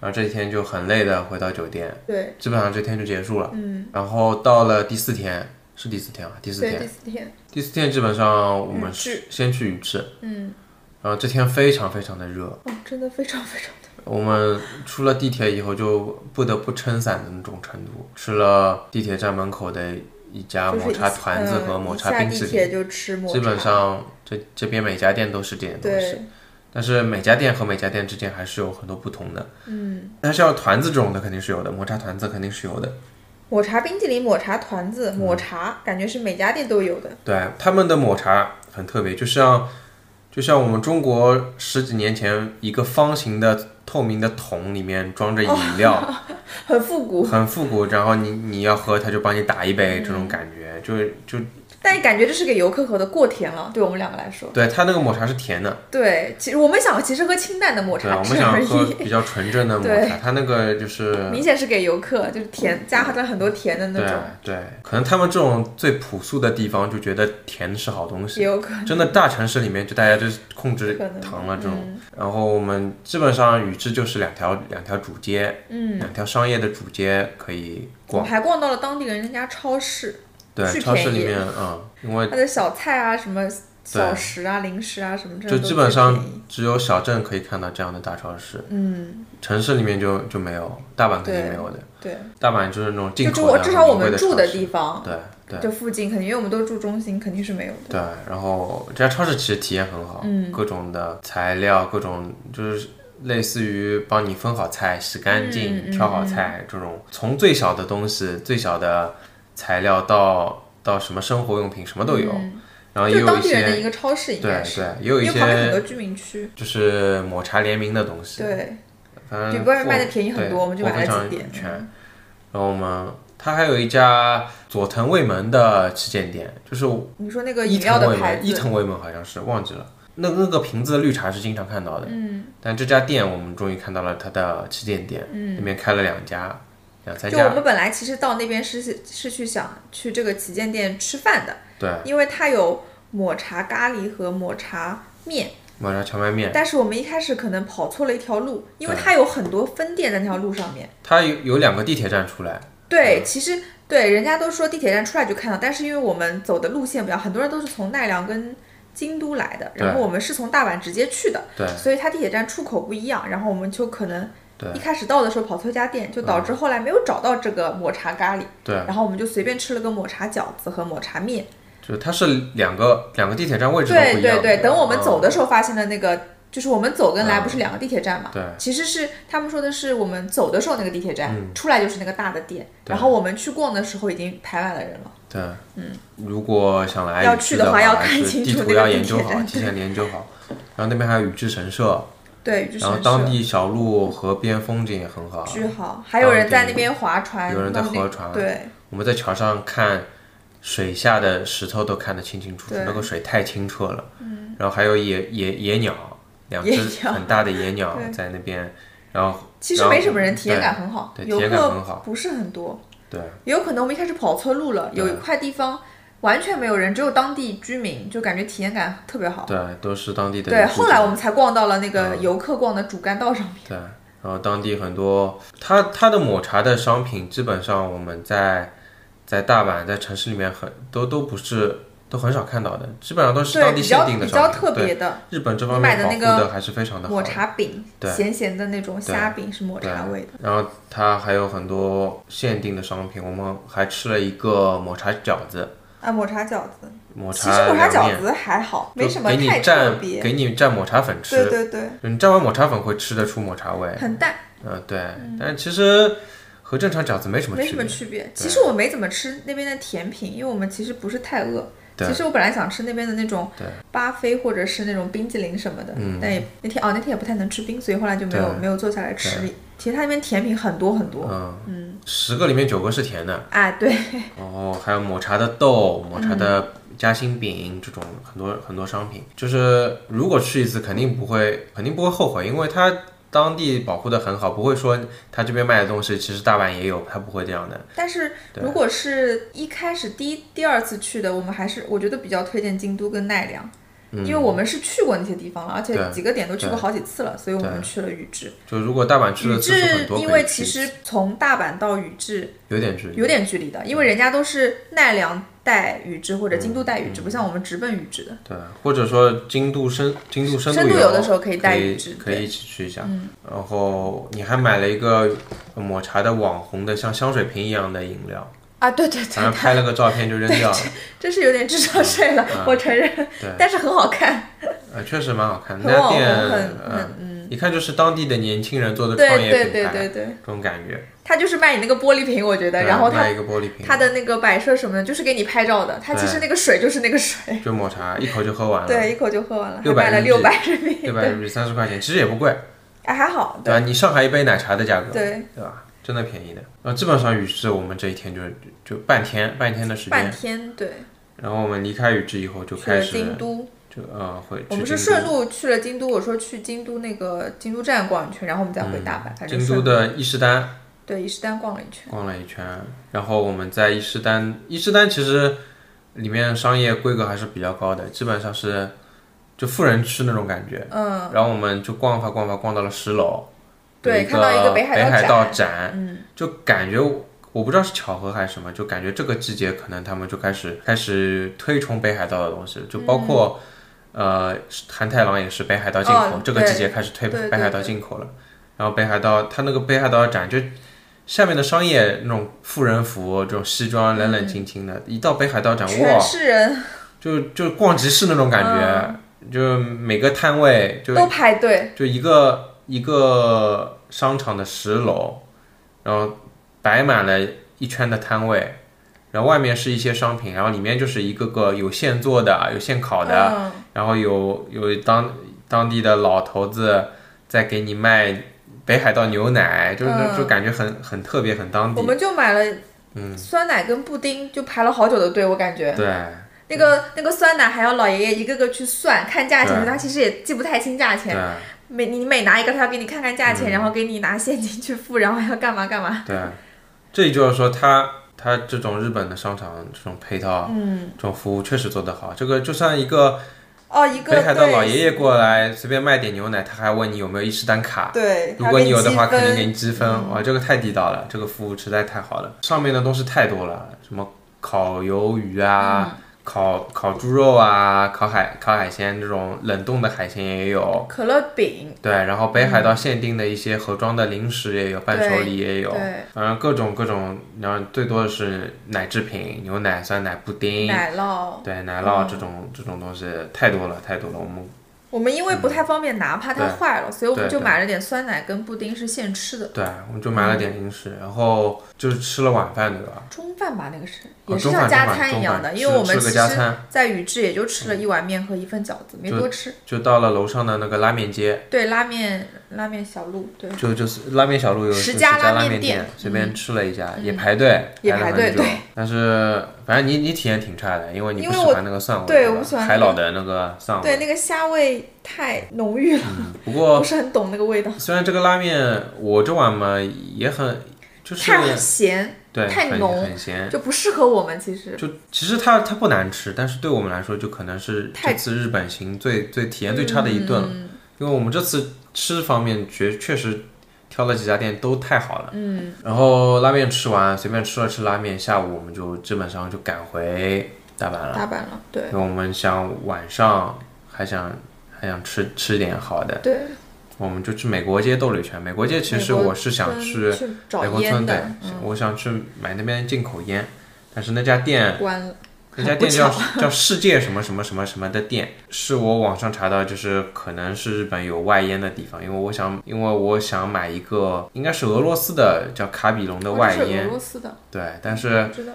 然后这一天就很累的回到酒店，对，基本上这天就结束了。嗯，然后到了第四天，是第四天啊，第四对，第天，四天，第四天基本上我们宇治先去宇治，嗯，然后这天非常非常的热，哦，真的非常非常的，我们出了地铁以后就不得不撑伞的那种程度，吃了地铁站门口的一家就是抹一茶团子和嗯抹一茶下冰地淇淋，铁就吃抹茶，基本上这这边每家店都是这点东西。对，但是每家店和每家店之间还是有很多不同的。嗯，但是像团子这种的肯定是有的，抹茶团子肯定是有的。抹茶冰淇淋、抹茶团子、嗯抹茶，感觉是每家店都有的。对，他们的抹茶很特别，就像就像我们中国十几年前一个方形的透明的桶里面装着饮哦料，很复古，嗯很复古。然后你你要喝，他就帮你打一杯，这种感觉就就但感觉这是给游客喝的，过甜了，对我们两个来说。对，它那个抹茶是甜的，对，其实我们想其实喝清淡的抹对，茶我们汁想而喝已，比较纯正 的抹茶，它那个就是明显是给游客，就是甜加了很多甜的那对种，对，可能他们这种最朴素的地方就觉得甜是好东西，也有可能。真的大城市里面就大家就是控制可能嗯糖了这种，然后我们基本上宇治就是两条两条主街，嗯，两条商业的主街可以我逛，们还逛到了当地人家超市，对，巨超市便宜里面，嗯，因为它的小菜啊、什么小食啊、零食啊什么，就基本上只有小镇可以看到这样的大超市，嗯，城市里面就就没有，大阪肯定没有的，对，大阪就是那种进就口的很至我至少我名贵们的住超的市地方，对对就附近肯定，因为我们都住中心，肯定是没有的。嗯对，然后这家超市其实体验很好，各种的材料，各种就是类似于帮你分好菜、洗干净、嗯嗯挑好菜、这种，从最小的东西、最小的材料到到什么生活用品，什么都有。然后也嗯就是有一当地人的些一个超市，对应该是，对，也有一因为旁边很些多居民区，就是抹茶联名的东西，对，反正比外面卖的货便宜很对多，我们就货买非了常几点。全然后我们它还有一家佐藤卫门的旗舰店，就是你说那个伊饮料藤的卫牌门，伊子，藤卫门好像是忘记了。那那个瓶子的绿茶是经常看到的，嗯，但这家店我们终于看到了它的旗舰店，嗯，里面开了两家，两三就我家，们本来其实到那边是是去想去这个旗舰店吃饭的，对，因为它有抹茶咖喱和抹茶面。抹茶荞麦面，但是我们一开始可能跑错了一条路，因为对它有很多分店在那条路上面。它有有两个地铁站出来，嗯对，其实对人家都说地铁站出来就看到，但是因为我们走的路线不一样，很多人都是从奈良跟京都来的，对然后我们是从大阪直接去的，对所以它地铁站出口不一样，然后我们就可能对一开始到的时候跑错一家店，就导致后来没有找到这个抹茶咖喱，对，然后我们就随便吃了个抹茶饺子和抹茶面。就是它是两个两个地铁站位置都不对一样对的，对，等我们走嗯的时候发现的那个，就是我们走跟来不是两个地铁站嘛？对其实是他们说的是我们走的时候那个地铁站，出来就是那个大的店，嗯对然后我们去逛的时候已经排满了人了。对，嗯，如果想来要宇治去的的话要还看是清地楚图那要个地研究铁好，站提前研究好，然后那边还有宇治神社，对，就是哦然后当地小路河边风景也很好，巨好，还有人在那边划船，有人在弄那划船对我们在桥上看水下的石头都看得清清楚楚对，那个水太清澈了。嗯，然后还有野野野鸟，两野只鸟很大的 野鸟在那边，然后其实然后没什么人，体验感很好，对游体验感很客好不是很多，对也有可能我们一开始跑错路了，有一块地方完全没有人，只有当地居民，就感觉体验感特别好。对都是当地的嗯对，原住后民来我们才逛到了那个游客逛的主干道上面。对，然后当地很多它它的抹茶的商品，基本上我们在在大阪在城市里面很都都不是。都很少看到的，基本上都是对，当地比限较定的比商较品。特对别的日本这方你买面的保那护个的还是非常的好抹的茶饼，对咸咸的那种对虾饼是抹茶味的，然后它还有很多限定的商品，我们还吃了一个抹茶饺子，啊，抹茶饺子。抹其实抹茶凉饺面，子还好，没就什么给你太特蘸别。给你蘸抹茶粉对吃，对对，你蘸完抹茶粉会吃得出抹茶味，很淡，嗯、对，但其实和正常饺子没什么没区什别么，区别。其实我没怎么吃那边的甜品，因为我们其实不是太饿。对其实我本来想吃那边的那种对嗯巴菲或者是那种冰激凌什么的，但也那天哦那天也不太能吃冰，所以后来就没有对没有坐下来吃。其实它那边甜品很多很多，嗯十个里面九个是甜的，哎，对，然后哦还有抹茶的豆、抹茶的夹心饼这种很多很多商品，就是如果去一次肯定不会肯定不会后悔，因为它当地保护的很好，不会说它这边卖的东西其实大阪也有，它不会这样的。但是对如果是一开始第一第二次去的，我们还是我觉得比较推荐京都跟奈良，因为我们是去过那些地方了，而且嗯对几个点都去过好几次了，所以我们对去了宇治。就如果大阪去宇的次数治很多，因可以为去其实从大阪到宇治有点嗯距离，有点距离的，因为人家都是奈良带宇治或者京都带宇治，嗯不像我们直奔宇治的。对，或者说京都深京都深深度游游的时候可以带以宇治可对嗯以一起去一下。然后你还买了一个抹茶的网红的像香水瓶一样的饮料，啊，对对反正对，拍了个照片就扔掉了。 真是有点智商税嗯了，我承认，但是很好看， 呃，确实蛮好看，很那家网红，店很呃，很嗯，一看就是当地的年轻人做的对创业对品对牌，对对，这种感觉。他就是卖你那个玻璃瓶，我觉得，对啊然后他卖一个玻璃瓶，它的那个摆设什么的，就是给你拍照的。它其实那个水就是那个水，就抹茶一口就喝 完了，对，一口就喝完了，还600卖了人民六币百人民币 六，百人民币三十块钱，其实也不贵，哎，还好，对对吧？你上海一杯奶茶的价格，对，对吧？真呃的便宜的。然后基本上于是我们这一天就就就半天半天的时间，半天，对，然后我们离开宇治以后就去开了始京都，就呃会我去们是京顺路去了京都。我说去京都那个京都站逛一圈，然后我们再回大阪。反正嗯京顺都的伊势丹对伊势丹逛了一圈。逛了一圈，然后我们在伊势丹，伊势丹其实里面商业规格还是比较高的，基本上是就富人区那种感觉。嗯，然后我们就逛吧逛吧，逛到了十楼，对有看到一个北北海道道展展，嗯，就感觉我不知道是巧合还是什么，就感觉这个季节可能他们就开始开始推崇北海道的东西，就包括、呃韩太郎也是北海道进口，嗯哦这个对季节开始推对北海道进口了。然后北海道，它那个北海道展就下面的商业那种富人服，这种西装冷冷清清的，一到北海道展，嗯全哇，是人就就逛集市那种感觉，嗯就每个摊位就都排队，就一个一个商场的十楼，然后摆满了一圈的摊位，然后外面是一些商品，然后里面就是一个个有现做的、有现烤的，嗯然后有有当当地的老头子在给你卖北海道牛奶，就是那、嗯就感觉很很特别，很当我地。嗯们就买了酸奶跟布丁，就排了好久的队，我感觉。对，那个那个酸奶还要老爷爷一个个去算看价钱，对他其实也记不太清价对嗯钱。每你每拿一个，他要给你看看价钱，然后给你拿现金去付，然后还要干嘛干嘛。对，这就是说他他这种日本的商场这种配套，嗯，这种服务确实做得好。这个就算一个哦，一个北海道老对爷爷过来随便卖点牛奶，他还问你有没有伊势丹卡，对，如果你有的话，还要肯定给你积嗯给你积分。哇，这个太地道了，这个服务实在太好了。上面的东西太多了，什么烤鱿鱼啊，嗯烤烤猪肉啊，烤海烤海鲜这种冷冻的海鲜也有。分可乐饼，对，然后北海嗯道限定的一些盒装的零食也有，伴手礼也有，对，反正各种各种，然后最多的是奶制品，牛奶、酸奶、布丁，奶酪。对，奶酪这种、这种东西太多了，太多了，我们我们因为不太方便拿，怕它嗯对坏了，所以我们对就对买了点酸奶跟布丁，是现吃的。嗯对，我们就买了点零食，然后就是吃了晚饭，对吧？中饭吧，那个是哦也是中像饭加中饭餐一中样饭的，吃因为我们吃其个实加餐，嗯在宇治也就吃了一碗面和一份饺子，没就多吃。就到了楼上的那个拉面街，对，拉面拉面小路，对，就就是拉面小路有十十家拉拉面面店嗯随便吃了一家，也排队，也了排很队久对但是反正你你体验挺差的，因为你因不为喜我欢那个蒜味，对吧我不喜欢那海个老的那个 蒜对味。那个虾味太浓郁了，不过不是很懂那个味道，虽然这个拉面我这碗嘛也很就是太咸，对太很浓很咸，就不适合我们。其实就其实它它不难吃，但是对我们来说就可能是太嗯这次日本行最最体验最差的一顿了，因为我们这次吃方面确确实挑了几家店都太好了，嗯，然后拉面吃完随便吃了吃拉面，下午我们就基本上就赶回大阪了，大阪了，对因为我们想晚上还想还想吃吃点好的，对。我们就去美国街兜了一圈，美国街其实美国我是想村去去美找国烟村，对的，，嗯我想去买那边进口烟，但是那家店。关了，那家很不店叫 叫世界什么什么什么什么的店，是我网上查到，就是可能是日本有外烟的地方，因为我想，因为我想买一个，应该是俄罗斯的叫卡比龙的哦外这是俄烟，罗斯的，对，但是不知道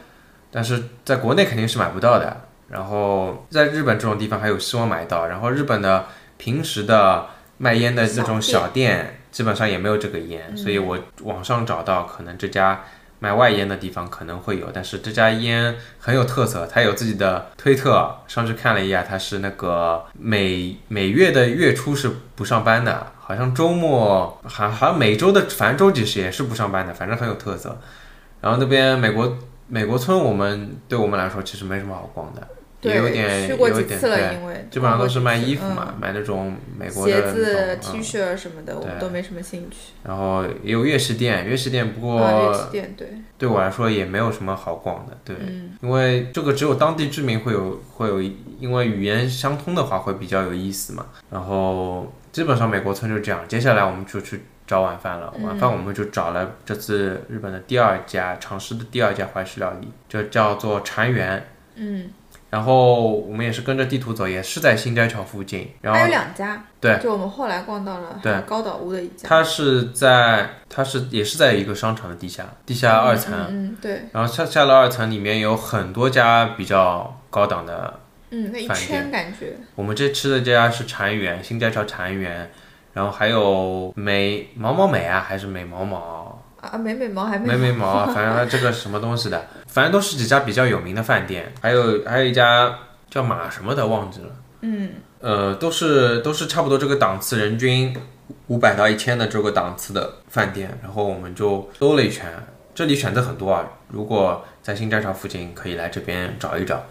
但是在国内肯定是买不到的。然后在日本这种地方还有希望买到，然后日本的平时的卖烟的这种小店基本上也没有这个烟，所以我网上找到可能这家卖外烟的地方可能会有，但是这家烟很有特色，它有自己的推特，上去看了一下，它是那个每每月的月初是不上班的，好像周末好好像每周的反正周几是也是不上班的，反正很有特色。然后那边美国美国村，我们对我们来说其实没什么好逛的，对也有点去过也有几点次了，对因为基本上都是卖衣服嗯嘛，买那种美国的鞋那子、种 T 恤什么的，我们对都没什么兴趣。嗯，然后也有乐器店，乐器店不啊，乐过器店对，对我来说也没有什么好逛的，对，嗯因为这个只有当地居民会有会有，因为语言相通的话会比较有意思嘛。然后基本上美国村就这样，接下来我们就去找晚饭了。晚嗯饭我们就找了这次日本的第二家尝试的第二家怀石料理，就叫做禅园。嗯，然后我们也是跟着地图走，也是在新斋桥附近。然还有后两家，对，就我们后来逛到了对还有高岛屋的啊一家，它是在它是也是在一个商场的地下地下二层，嗯，嗯对，然后下下了二层，里面有很多家比较高档的。嗯，那一饭圈感觉，我们这吃的这家是禅园，新家叫禅园，然后还有美毛毛美啊，还是美毛毛？啊，没眉毛还没没眉毛，啊反正它这个什么东西的，反正都是几家比较有名的饭店，还有还有一家叫马什么的忘记了，嗯，呃，都是都是差不多这个档次，人均五百到一千的这个档次的饭店，然后我们就兜了一圈，这里选择很多啊，如果在新战场附近可以来这边找一找，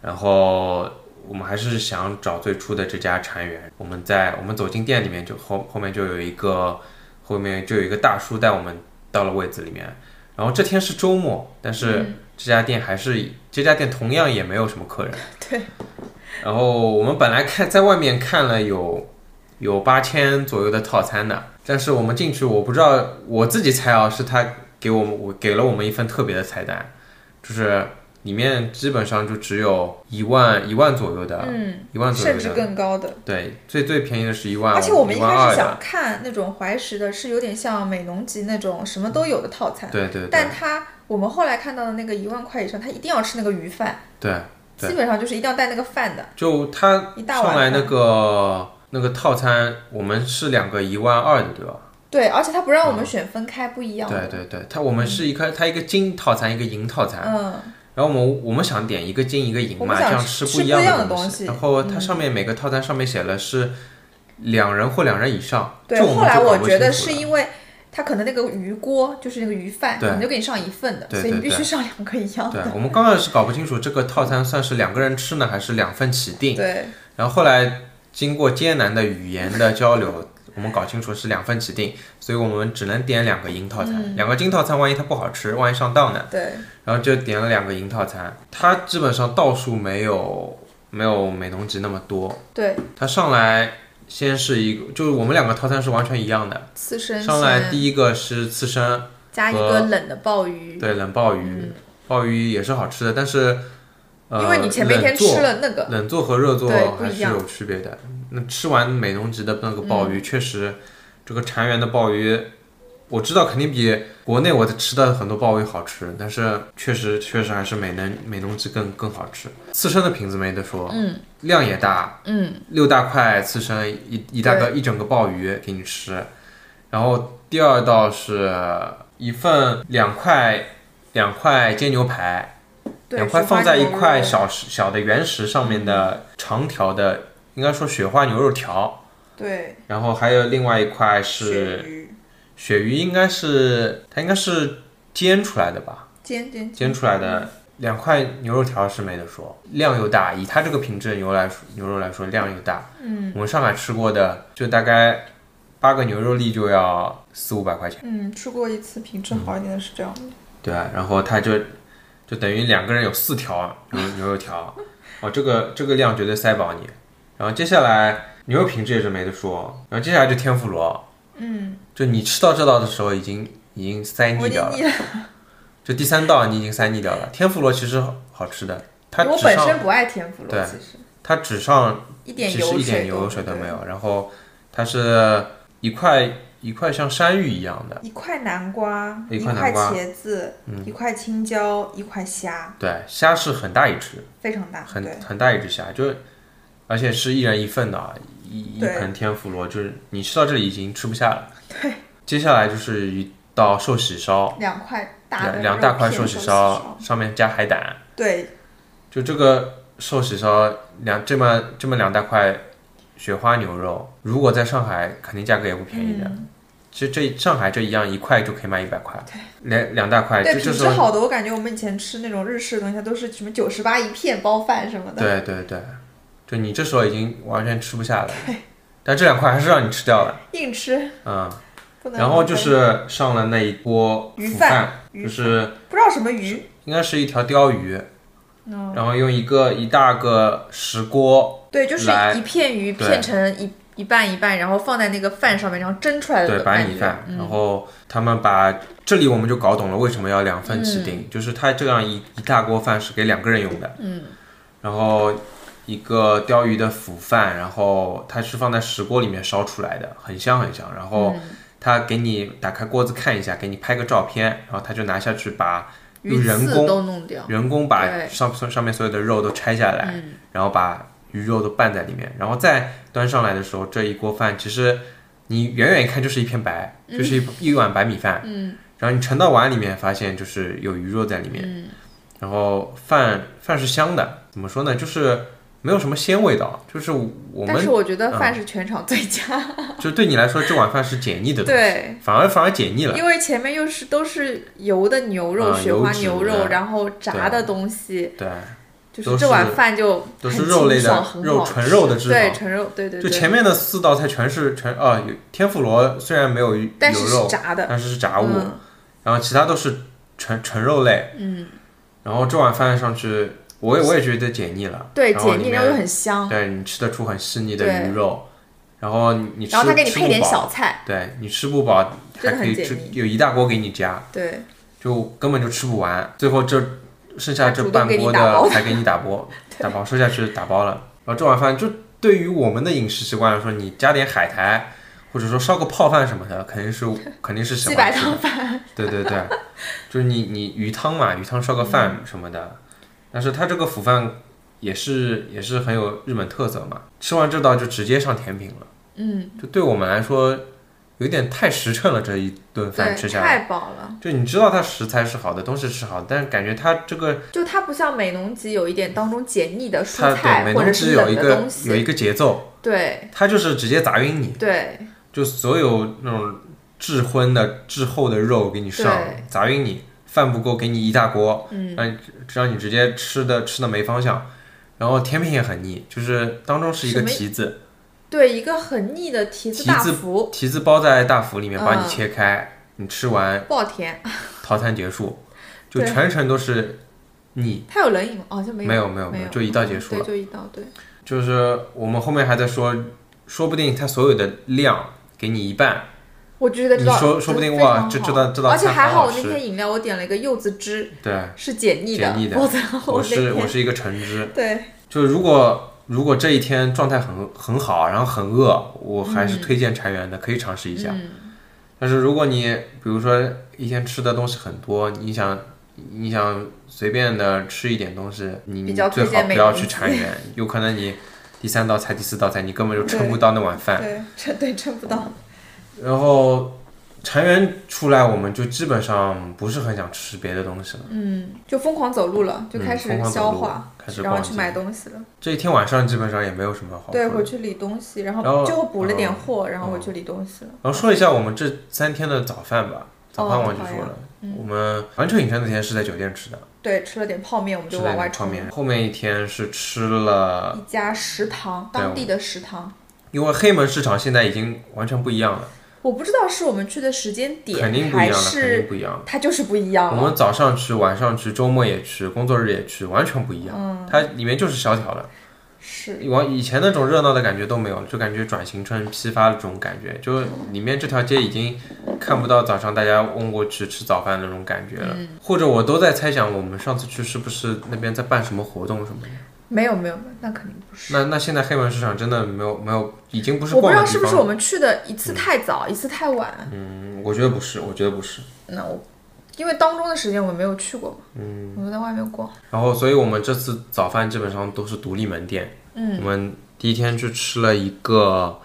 然后。我们还是想找最初的这家禅园。我们在我们走进店里面就后后面就有一个后面就有一个大叔带我们到了位子里面。然后这天是周末，但是嗯这家店还是、这家店同样也没有什么客人。 对。然后我们本来看在外面看了有有八千左右的套餐的，但是我们进去我不知道我自己猜啊，是他给我们我给了我们一份特别的菜单，就是里面基本上就只有一万一万左右的，嗯，一万左甚右至的，更高的。对，最最便宜的是一万，而且我们一一万开二始的，想看那种怀石的，是有点像美浓集那种什么都有的套餐，对对对但它我们后来看到的那个一万块以上，它一定要吃那个鱼饭，对，对基本上就是一定要带那个饭的。就他一大碗上来那饭个那个套餐，我们是两个一万二的，对吧？对，而且它不让我嗯们选分开不一样对的。对对，他我们是一个他一个金套餐，一个银套餐，嗯，然后我们我们想点一个金一个银我嘛，们这想样吃不一吃不一样样的东东西然后它上面每个套餐上面写了是两人或两人以上，对。啊这我们后来就搞我不觉得清楚是了因为它可能那个鱼锅就是那个鱼饭，对可能就给你上一份的，对所以你对必对须上两个一样对的。我们刚开始搞不清楚这个套餐算是两个人吃呢，还是两份起订。对，然后后来经过艰难的语言的交流，我们搞清楚是两份起订，所以我们只能点两个银套餐，两个金套餐万一它不好吃，万一上当呢？嗯对，然后就点了两个银套餐，它基本上道数没有没有美浓吉那么多，对，它上来先是一个，就是我们两个套餐是完全一样的。刺身上来鲜第一个是刺身，加一个冷的鲍鱼，嗯对，冷鲍鱼，鲍鱼也是好吃的，但是呃，因为你前面一天吃了那冷个，做冷做和热做对不还一是样嗯有区别的。那吃完美浓吉的那个鲍鱼，确实这个禅园的鲍鱼。我知道肯定比国内我吃的很多鲍鱼好吃，但是确实确实还是美浓美浓吉更更好吃。刺身的瓶子没得说，嗯，量也大，嗯，六大块刺身，一一大个一整个鲍鱼给你吃，然后第二道是一份两块两块煎牛排，对，两块雪放花在一牛块肉小石小的原石上面的长条的，应该说雪花牛肉条，对然后还有另外一块鳕是鱼鳕鱼，应该是它应该是煎出来的吧，煎煎煎出来的两块牛肉条是没得说，量又大。以它这个品质的牛来说，牛肉来说量又大。嗯，我们上海吃过的就大概八个牛肉粒就要四五百块钱。嗯嗯，吃过一次品质好一点的是这样的，对啊，然后它就就等于两个人有四条牛牛肉条，哦，这个这个量绝对塞饱你。然后接下来牛肉品质也是没得说，然后接下来就天妇罗，嗯，就你吃到这道的时候已经已经塞我腻已掉经了。腻了。就第三道你已经塞腻掉了。天妇罗其实好吃的，它因为我只本上身不爱天妇对罗，其实它只上一其点实油一点水油水都没有。有，然后它是一块一块像山芋一样的，一块南瓜，一一块南瓜嗯茄子，一块青椒，一块虾，对，虾是很大一只，非常大。很对，很大一只虾，就是而且是一人一份的啊，一一对盆天妇罗，就是你吃到这里已经吃不下 了。对，接下来就是一道寿喜烧，两块大的两两大肉块片寿喜喜烧，上面加海胆。对，就这个寿喜烧两这么这么两大块雪花牛肉，如果在上海肯定价格也不便嗯宜的。其实这上海这一样一块就可以卖一百块，两两大块，对就品这时质候好的，我感觉我们以前吃那种日式的东西，它都是什么九十八一片包饭什么的。对对对，就你这时候已经完全吃不下了。但这两块还是让你吃掉了，硬吃嗯，不能浪费。然后就是上了那一锅鱼腐饭鱼就是不知道什么鱼，应该是一条鲷鱼，嗯然后用一个一大个石锅，对，就是来一片鱼对片成一一半一半，然后放在那个饭上面，然后蒸出来的嗯对白米饭，然后他们把这里我们就搞懂了为什么要两份起嗯订，就是它这样一一大锅饭是给两个人用的，嗯，然后一个鲷鱼的腐饭，然后它是放在石锅里面烧出来的，很香很香，然嗯后他给你打开锅子看一下，给你拍个照片，然后他就拿下去把用鱼人刺工都弄掉。人工把对嗯上上面所有的肉都拆下来，然后把鱼肉都拌在里面，然后再端上来的时候，这一锅饭其实你远远一看就是一片白，就是一、一碗白米饭，嗯，然后你盛到碗里面，发现就是有鱼肉在里面。嗯然后饭饭是香的，怎么说呢？就是没有什么鲜味道，就是我但们嗯是我觉得饭是全场最佳，就对你来说这碗饭是解腻 的东西，对，反而反而解腻了。因为前面又是都是油的牛肉、啊雪花油脂牛的肉，然后炸的东西，对，就是都是这碗饭就都很是肉类清爽的很肉，好纯肉的脂对，肪。纯肉，对对就对，前面的四道菜全是全啊，有天妇罗虽然没有鱼但是牛是肉，炸的，但是是炸物，嗯然后其他都是纯纯肉类。嗯，然后这碗饭上去，我也我也觉得解腻了。对，然后解里腻，面然后又很香，对你吃得出很细腻的嗯对鱼肉，然后你你吃然后他给你吃配不点饱小菜，对你吃不饱，还真的可很以解吃腻，有一大锅给你加，对，就根本就吃不完。最后这剩下这半他主动给锅你打包的才给你打 包，打包收下去打包了。然后这碗饭就对于我们的饮食习惯来说，你加点海苔，或者说烧个泡饭什么的，肯定是肯定是喜鸡欢白吃。汤饭， 对对对，就是你你鱼汤嘛，鱼汤烧个嗯饭什么的。但是它这个腐饭也是也是很有日本特色嘛，吃完这道就直接上甜品了。嗯，就对我们来说，有点太实诚了。这一顿对饭，吃下来，太饱了，就你知道它食材是好的，东西是好的，但是感觉它这个就它不像美浓吉有一点当中解腻的蔬它对菜美或浓者汁是有一冷的个东有西，一个节奏，对它就是直接砸晕你，对就所有那种制荤的制后的肉给你上对砸晕你，饭不够给你一大锅，嗯，让你让你直接吃的吃的没方向。然后甜品也很腻，就是当中是一个什么提子，对，一个很腻的提子提大子福，提子包在大福里面，把你哦嗯切开，你吃完不好甜，套餐结束，就对全程都是腻，它有冷饮吗？哦，好像没有，没有没有没没有有，就一道结束对，了。就一道，对，就是我们后面还在说，说不定它所有的量给你一半，我觉得这道你说说不定哇真的这非常这好道这道而且菜还好好，好我那吃天饮料我点了一个柚子汁， 对，是解腻解 腻的否则我那是我天是一个橙汁，对就是如果如果这一天状态很很好，然后很饿，我还嗯是推荐柴园的，可以尝试一下。但是如果你比如说一天吃的东西很多，你想你想随便的吃一点东西，你比你较最推荐好不美要容去机柴 园，有可能你第三道菜、第四道菜你根本就撑不到那碗饭。对，这对撑不到，然后柴园出来，我们就基本上不是很想吃别的东西了。嗯，就疯狂走路了，就嗯开疯始狂走消路化，开始然后逛去街买东西了，这一天晚上基本上也没有什么好对，说的回去理东西，然然后后就补了点嗯货，然后嗯回去理东西了，然后说一下我们这三天的早饭吧，早饭哦忘记好说呀了，我们环球影城那天是在酒店吃的，对，吃了点泡面，我们吃就的往外泡冲，面。后面一天是吃了，一家食堂，对我当地的食堂。因为黑门市场现在已经完全不一样了，我不知道是我们去的时间点，肯定不一还样了，肯是定不一样了。它就是不一样我了。们早上去，晚上去，周末也去，工作日也去，完全不一样。嗯它里面就是萧条了，是，往以前那种热闹的感觉都没有了，就感觉转型成批发的这种感觉，就里面这条街已经看不到早上大家嗡过去吃早饭的那种感觉了。嗯或者我都在猜想，我们上次去是不是那边在办什么活动什么的？没有没有，那肯定不是。那那现在黑门市场真的没有没有，已经不是我不逛知的地道是方不嗯是了。我们去的一次太早，一次太晚。嗯，我觉得不是，我觉得不是。那我因为当中的时间我没有去过嘛，嗯，我们在外面逛，然后，所以我们这次早饭基本上都是独立门店。嗯，我们第一天去吃了一个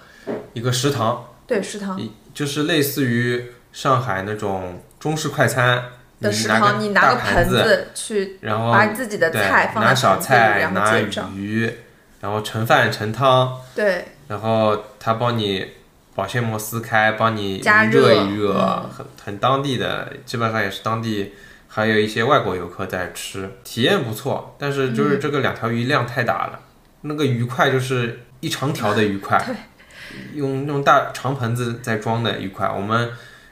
一个食堂，对食堂一就是类似于上海那种中式快餐的你食拿堂，个你大拿个盘盆子去然后把自己的对菜放拿在小盆子里，菜，然后拿结账。鱼，然后盛饭盛汤，对，然后他帮你保鲜膜撕开，帮你加预热热嗯一热，很很当地的，基本上也是当地。还有一些外国游客在吃，体验不错，但是嗯就是这个两条鱼量太大了，那个鱼块就是一长条的鱼块， 用用大长盆子在装的鱼块。我们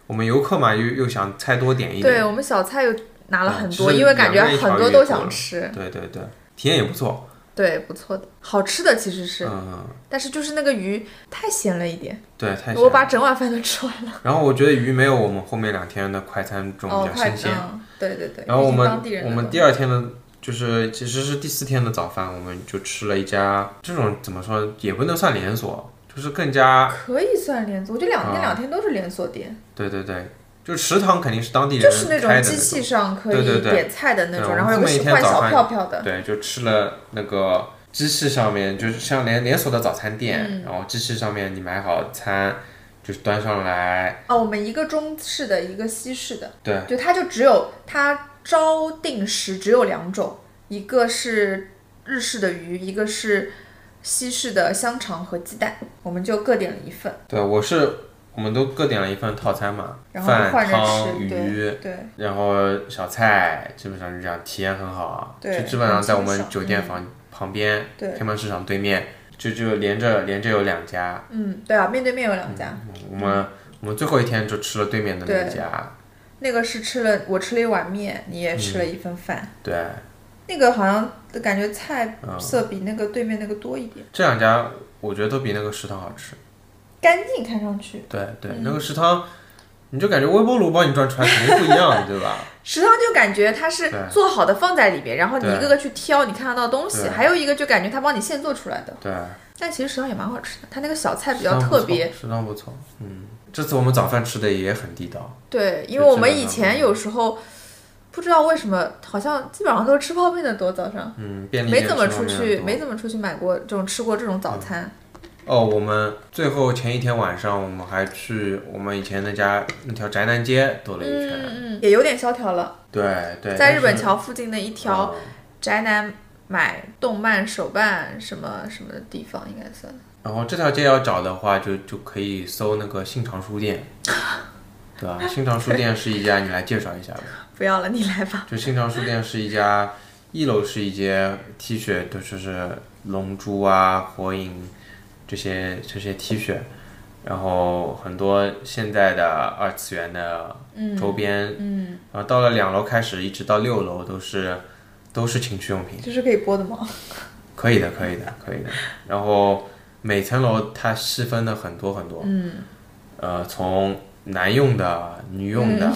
我们游客嘛，又又想菜多点一点，对我们小菜又拿了嗯很其多，实因为感两觉个人一很条多鱼都也够想了吃。对对对，体验也不错，对，不错的，好吃的其实是，嗯，但是就是那个鱼太咸了一点，对，太我香。把整碗饭都吃完了。然后我觉得鱼没有我们后面两天的快餐这种哦比，较快新鲜。嗯对对对。然后我毕竟们当地人我的们东西第二天的，就是其实是第四天的早饭，我们就吃了一家这种怎么说也不能算连锁，就是更加可以算连锁，我觉得两、啊那两天都是连锁店，对对对，就食堂肯定是当地就人是那开种的机器上可对以对对点菜的那对种，我然后们有个后面一十天块早小饭票票的，对，就吃了那个嗯机器上面就是像连连锁的早餐店，然后机器上面你买好餐，就就是端上来，哦，我们一个中式的，一个西式的，哎对，就它就只有它招定时只有两种，一个是日式的鱼，一个是西式的香肠和鸡蛋，我们就各点了一份，对我是我们都各点了一份套餐嘛，然后饭换着汤吃，鱼对，对，然后小菜，基本上是这样，体验很好啊。对就基本上在我很们清爽酒店房旁边，对天门市场对面，就就连着连着有两家。嗯嗯，对啊，面对面有两家，我们我们最后一天就吃了对面的那对家，那个是吃了我吃了一碗面，你也吃了一份饭，对，那个好像感觉菜嗯色比那个对面那个多一点，这两家我觉得都比那个食堂好吃。干净看上去，对对，嗯那个食堂，你就感觉微波炉帮你转出来肯定不一样，对 吧？食堂就感觉它是啊对做好的放在里边，然后你对一个个去挑你看得到的东西，对还有一个就感觉它帮你现做出来的。对，啊但其实食堂也蛮好吃的，它那个小菜比食较堂不特错别。食堂不错。嗯，这次我们早饭吃的也很地道。对，因就为我这们两以个前有时候不知道为什么，好像基本上都是吃泡面的多，早上嗯，便利没店怎么吃出方便去，多没怎么出去买过这种吃过这种早餐。哦，我们最后前一天晚上，我们还去我们以前那家那条宅男街走了一嗯圈。嗯嗯，也有点萧条了，对对，在日但本是桥附近的一条嗯宅男买动漫手办什么什么的地方，应该算。然后这条街要找的话，就就可以搜那个信长书 店，对吧？信长书店是一家，你来介绍一下吧。不要了，你来吧。就信长书店是一家，一楼是一间 T 恤，都就是龙珠啊、火影这些这些 T 恤，然后很多现在的二次元的周边，嗯，然后到了两楼开始，一直到六楼都是都是情趣用品，这是可以播的吗？ 可以的，可以的，可以的。然后每层楼它细分的很多很多，嗯，呃，从男用的、女用的、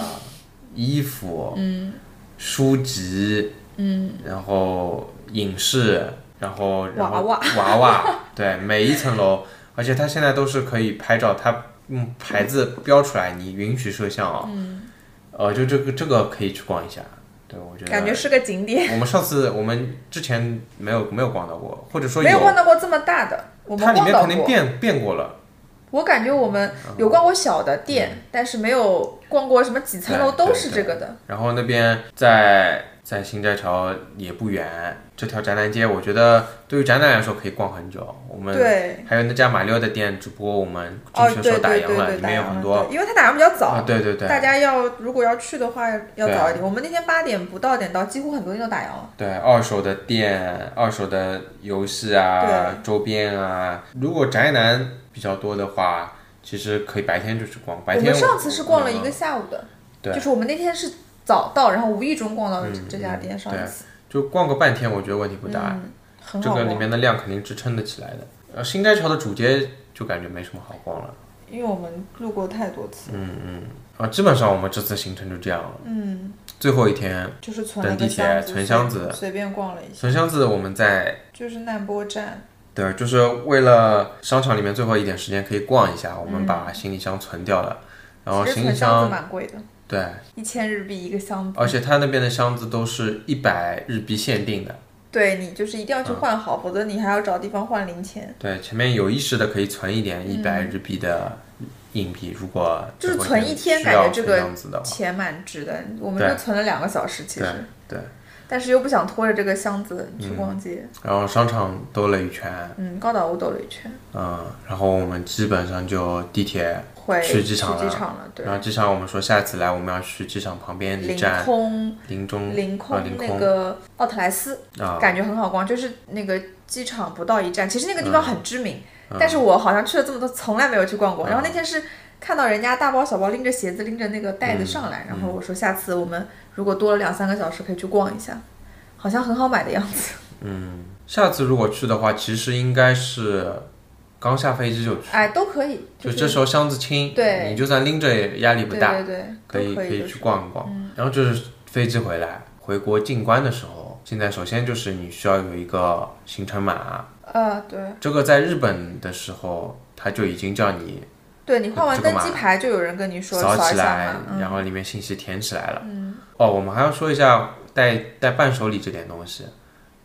衣服，嗯，书籍，嗯，然后影视，然后然后娃娃娃娃， 对，每一层楼，而且它现在都是可以拍照，它用牌子标出来，你允许摄像哦，嗯，呃，就这个这个可以去逛一下，对我觉得感觉是个景点，我们上次我们之前没有没有逛到过，或者说没有逛到过这么大的。我它们里逛面到肯定嗯过，变变过了。我感觉我们有逛过小的店，但是没有逛过什么几层楼嗯对都对是对这个的。然后那边在在新斋桥也不远，这条展览街我觉得对于展览来说可以逛很久。我们对，还有那家马六的店，只不过我们哦，进去对的时候打对对烊了，对，里打面有烊很了多对因为它打烊比较啊，早，对对对大家要如果要去的话要对啊早一点。我们那天八点不到点到，几乎很多店都打烊了。对，二手的店、二手的游戏啊、周边啊，如果宅男比较多的话，其实可以白天就去逛。白我天们上次是逛了一嗯个下午的，对就是我们那天是早到，然后无意中逛到了这嗯这家店上一次，就逛个半天，我觉得问题不大。嗯很这好个里逛。面的量肯定支撑得起来的。呃，新斋桥的主街就感觉没什么好逛了。因为我们路过太多次，啊，基本上我们这次行程就这样了。嗯，最后一天，就是存了等个嗯地铁箱子，存箱子随随便逛了一下，嗯存箱子我们在就是难波站，对，就是为了商场里面最后一点时间可以逛一下，我们把行李箱存掉了。然后嗯其实行李存箱箱子蛮贵的，对，一千日币一个箱子，而且他那边的箱子都是一百日币限定的。对你就是一定要嗯去换好，否则你还要找地方换零钱，对，前面有意识的可以存一点一百日币的硬币，如果嗯就是最后存一天需感要觉这个样子的话，钱蛮值的。我们对就存了两个小时，其对实，对。嗯但是又不想拖着这个箱子去逛街，然后商场兜了一圈，嗯，高岛屋兜了一圈，嗯，然后我们基本上就地铁，回去机机场了了对然。后机场我们说下次来我们要去机场旁边一凌站空临中啊凌空凌那空个奥特莱斯，啊，感觉很好逛，就是那个机场不到一站，其实那个地嗯方很知名，但是我好像去了这么多，从来没有去嗯逛过。然后那天是看到人家大包小包拎着鞋子拎着那个嗯袋子上来，然后我说下次我们如果多了两三个小时可以去逛一下，好像很好买的样子。下次如果去的话，其实应该是刚下飞机就去， 哎，都可以，就是这时候箱子轻，对你就算拎着也压力不对大，对对，可以都可以就是去逛一逛。嗯然后就是飞机回来，回国进关的时候，现在首先就是你需要有一个行程码，呃，对这个在日本的时候他就已经叫你对，你换完这个登嘛机牌就有人跟你说扫一起下嗯来嘛，，然后里面信息填起来了。哦，我们还要说一下带带伴手礼这点东西，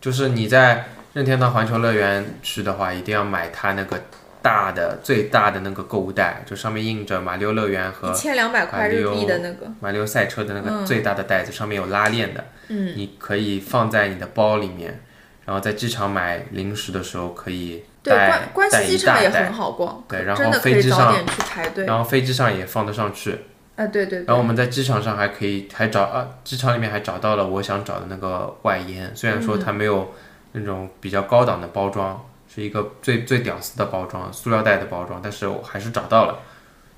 就是你在任天堂环球乐园去的话，一定要买它那个大的最大的那个购物袋，就上面印着马里奥乐园和一千两百块日币的那个，马里奥赛车的那个最大的袋子，上面有拉链的，嗯，你可以放在你的包里面，然后在机场买零食的时候可以对，带关关带西一机场大也袋很，好逛，对，然真后的可飞以机早上，点去排队。然后飞机上也放得上去，啊，对对然后对，我们在机场上还可以还找啊，机场里面还找到了我想找的那个外烟，虽嗯然说它没有那种比较高档的包装，是一个最最屌丝的包装，塑料袋的包装，但是我还是找到了，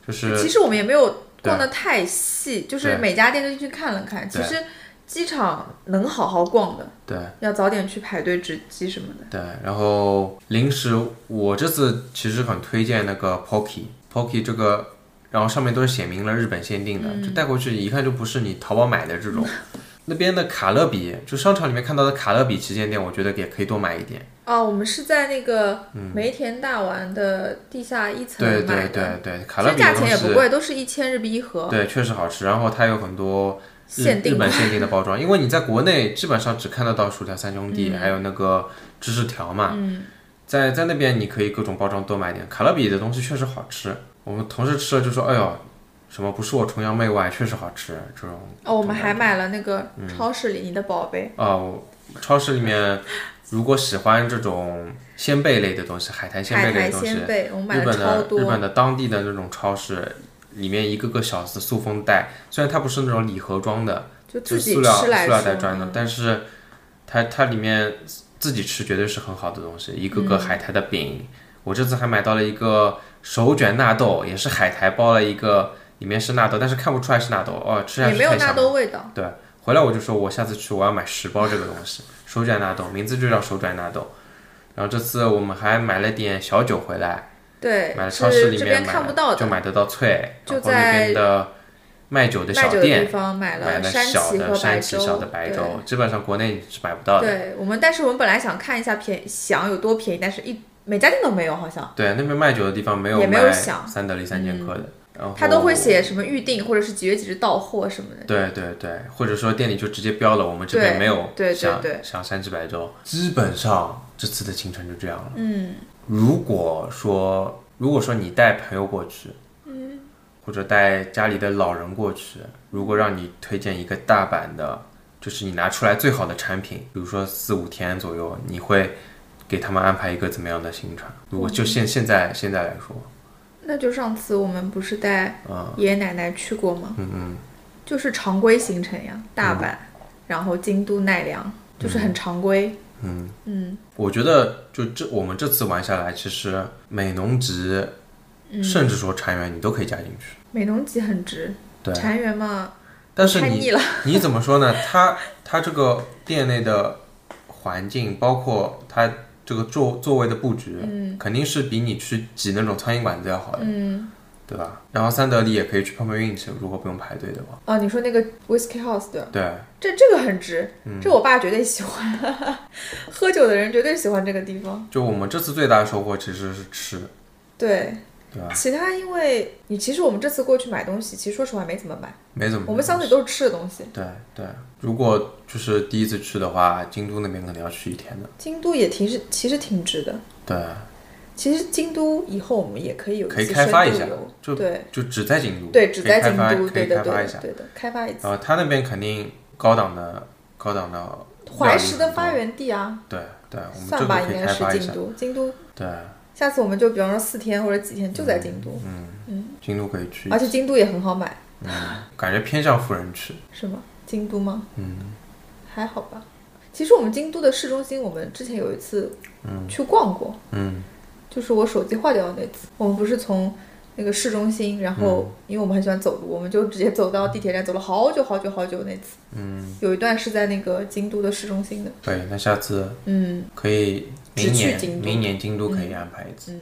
就是其实我们也没有对逛得太细，就是对每家店都进去看了看。其对实机场能好好逛的，对要早点去排队值机什么的。对，然后零食我这次其实很推荐那个 Pocky Pocky 这个，然后上面都是写明了日本限定的，嗯就带过去一看就不是你淘宝买的这 种。那边的卡乐比，就商场里面看到的卡乐比旗舰店，我觉得也可以多买一点。嗯哦，我们是在那个梅田大丸的地下一层对买对的，对对，卡其乐实比的价东钱也西不贵，都是一千日币一盒，对，确实好吃。然后它有很多日限日定本限定的包装，因为你在国内基本上只看得到薯条三兄嗯弟，还有那个芝士条嘛。在在那边你可以各种包装多买点。卡乐比的东西确实好吃，我们同事吃了就说：“哎呦，什么不是我崇洋媚外，确实好吃。”这种哦，我们还买了那个嗯超市里你的宝贝，哦，超市里面如果喜欢这种鲜贝类的东西，海苔鲜海贝类苔的东西，鲜贝，我们日买了本超的日多。本的当地的那种超市，里面一个个小的塑封袋，虽然它不是那种礼盒装的，就就自是己塑料塑吃来料说嗯袋，装的，但是它它里面自己吃绝对是很好的东西，一个嗯个海苔的饼，我这次还买到了一个手卷纳豆，也是海苔包了一个，里面是纳豆，但是看不出来是纳豆，哦，吃下也去没有太香纳了。豆味道。对，回来我就说，我下次去我要买十包这个东西，手卷纳豆，名字就叫手卷纳豆。然后这次我们还买了点小酒回来，对买，了超市是里这面边买看不了到就的，买得到脆，就然后那边的卖酒的卖小酒的地店方买买了山小崎的和白山崎小粥的白对粥，基本上国内你是买不到的。对我们，但是我们本来想看一下便想有多便宜，但是一每家店都没有，好像对，那边卖酒的地方没也没有卖想三得利三剑客的，然后他都会。写什么预定或者是几月几日到货什么的。对对对，或者说店里就直接标了，我们这边对没有对对想对想山崎白粥，基本上这次的行程就这样了。嗯，如果说如果说你带朋友过去，嗯，或者带家里的老人过去，如果让你推荐一个大阪的，就是你拿出来最好的产品，比如说四五天左右，你会给他们安排一个怎么样的行程？如果就现现在现在来说，那就上次我们不是带嗯爷爷奶奶去过吗？嗯嗯，就是常规行程呀，大阪，然后京都奈良，就是很常规。嗯嗯，我觉得就这我们这次玩下来，其实美浓吉，嗯甚至说禅园，你都可以加进去。美浓吉很值，对，禅园嘛，但是太你腻了。 你怎么说呢？它它这个店内的环境，包括它这个座座位的布局，嗯肯定是比你去挤那种苍蝇馆子要好的，嗯，对吧？然后三得利也可以去碰碰运气，如果不用排队的话。哦，你说那个 Whiskey House 对吧？对，这这个很值，嗯这我爸绝对喜欢，喝酒的人绝对喜欢这个地方。就我们这次最大的收获其实是吃，对，对吧？其他因为你其实我们这次过去买东西，其实说实话没怎么买，嗯没怎么。我们相对都是吃的东西。对对，如果就是第一次去的话，京都那边可能要去一天的。京都也挺是其实挺值的，对，其实京都以后我们也可以有可以次开深发度一下游就对就只在京都，对，只可以在开京发都，可对以的开对发一的下。对的，开发一次。然后他那边肯定高档的高档的怀石的发源。源地啊，对对，我们这算个吧，可应以该开发是一京下。都。京都，对，下次我们就比方说四天或者几天就在京都，京都可以去 嗯而，且京都也很好买，感觉偏向富人区。是吗？京都吗？嗯，还好吧。其实我们京都的市中心，我们之前有一次去逛过，嗯就是我手机坏掉的那次。我们不是从那个市中心，然后嗯因为我们很喜欢走路，我们就直接走到地铁站，走了好久好久好久那次。嗯，有一段是在那个京都的市中心的，对，那下次嗯可以只明去年京都明年京都可以安排一次。嗯，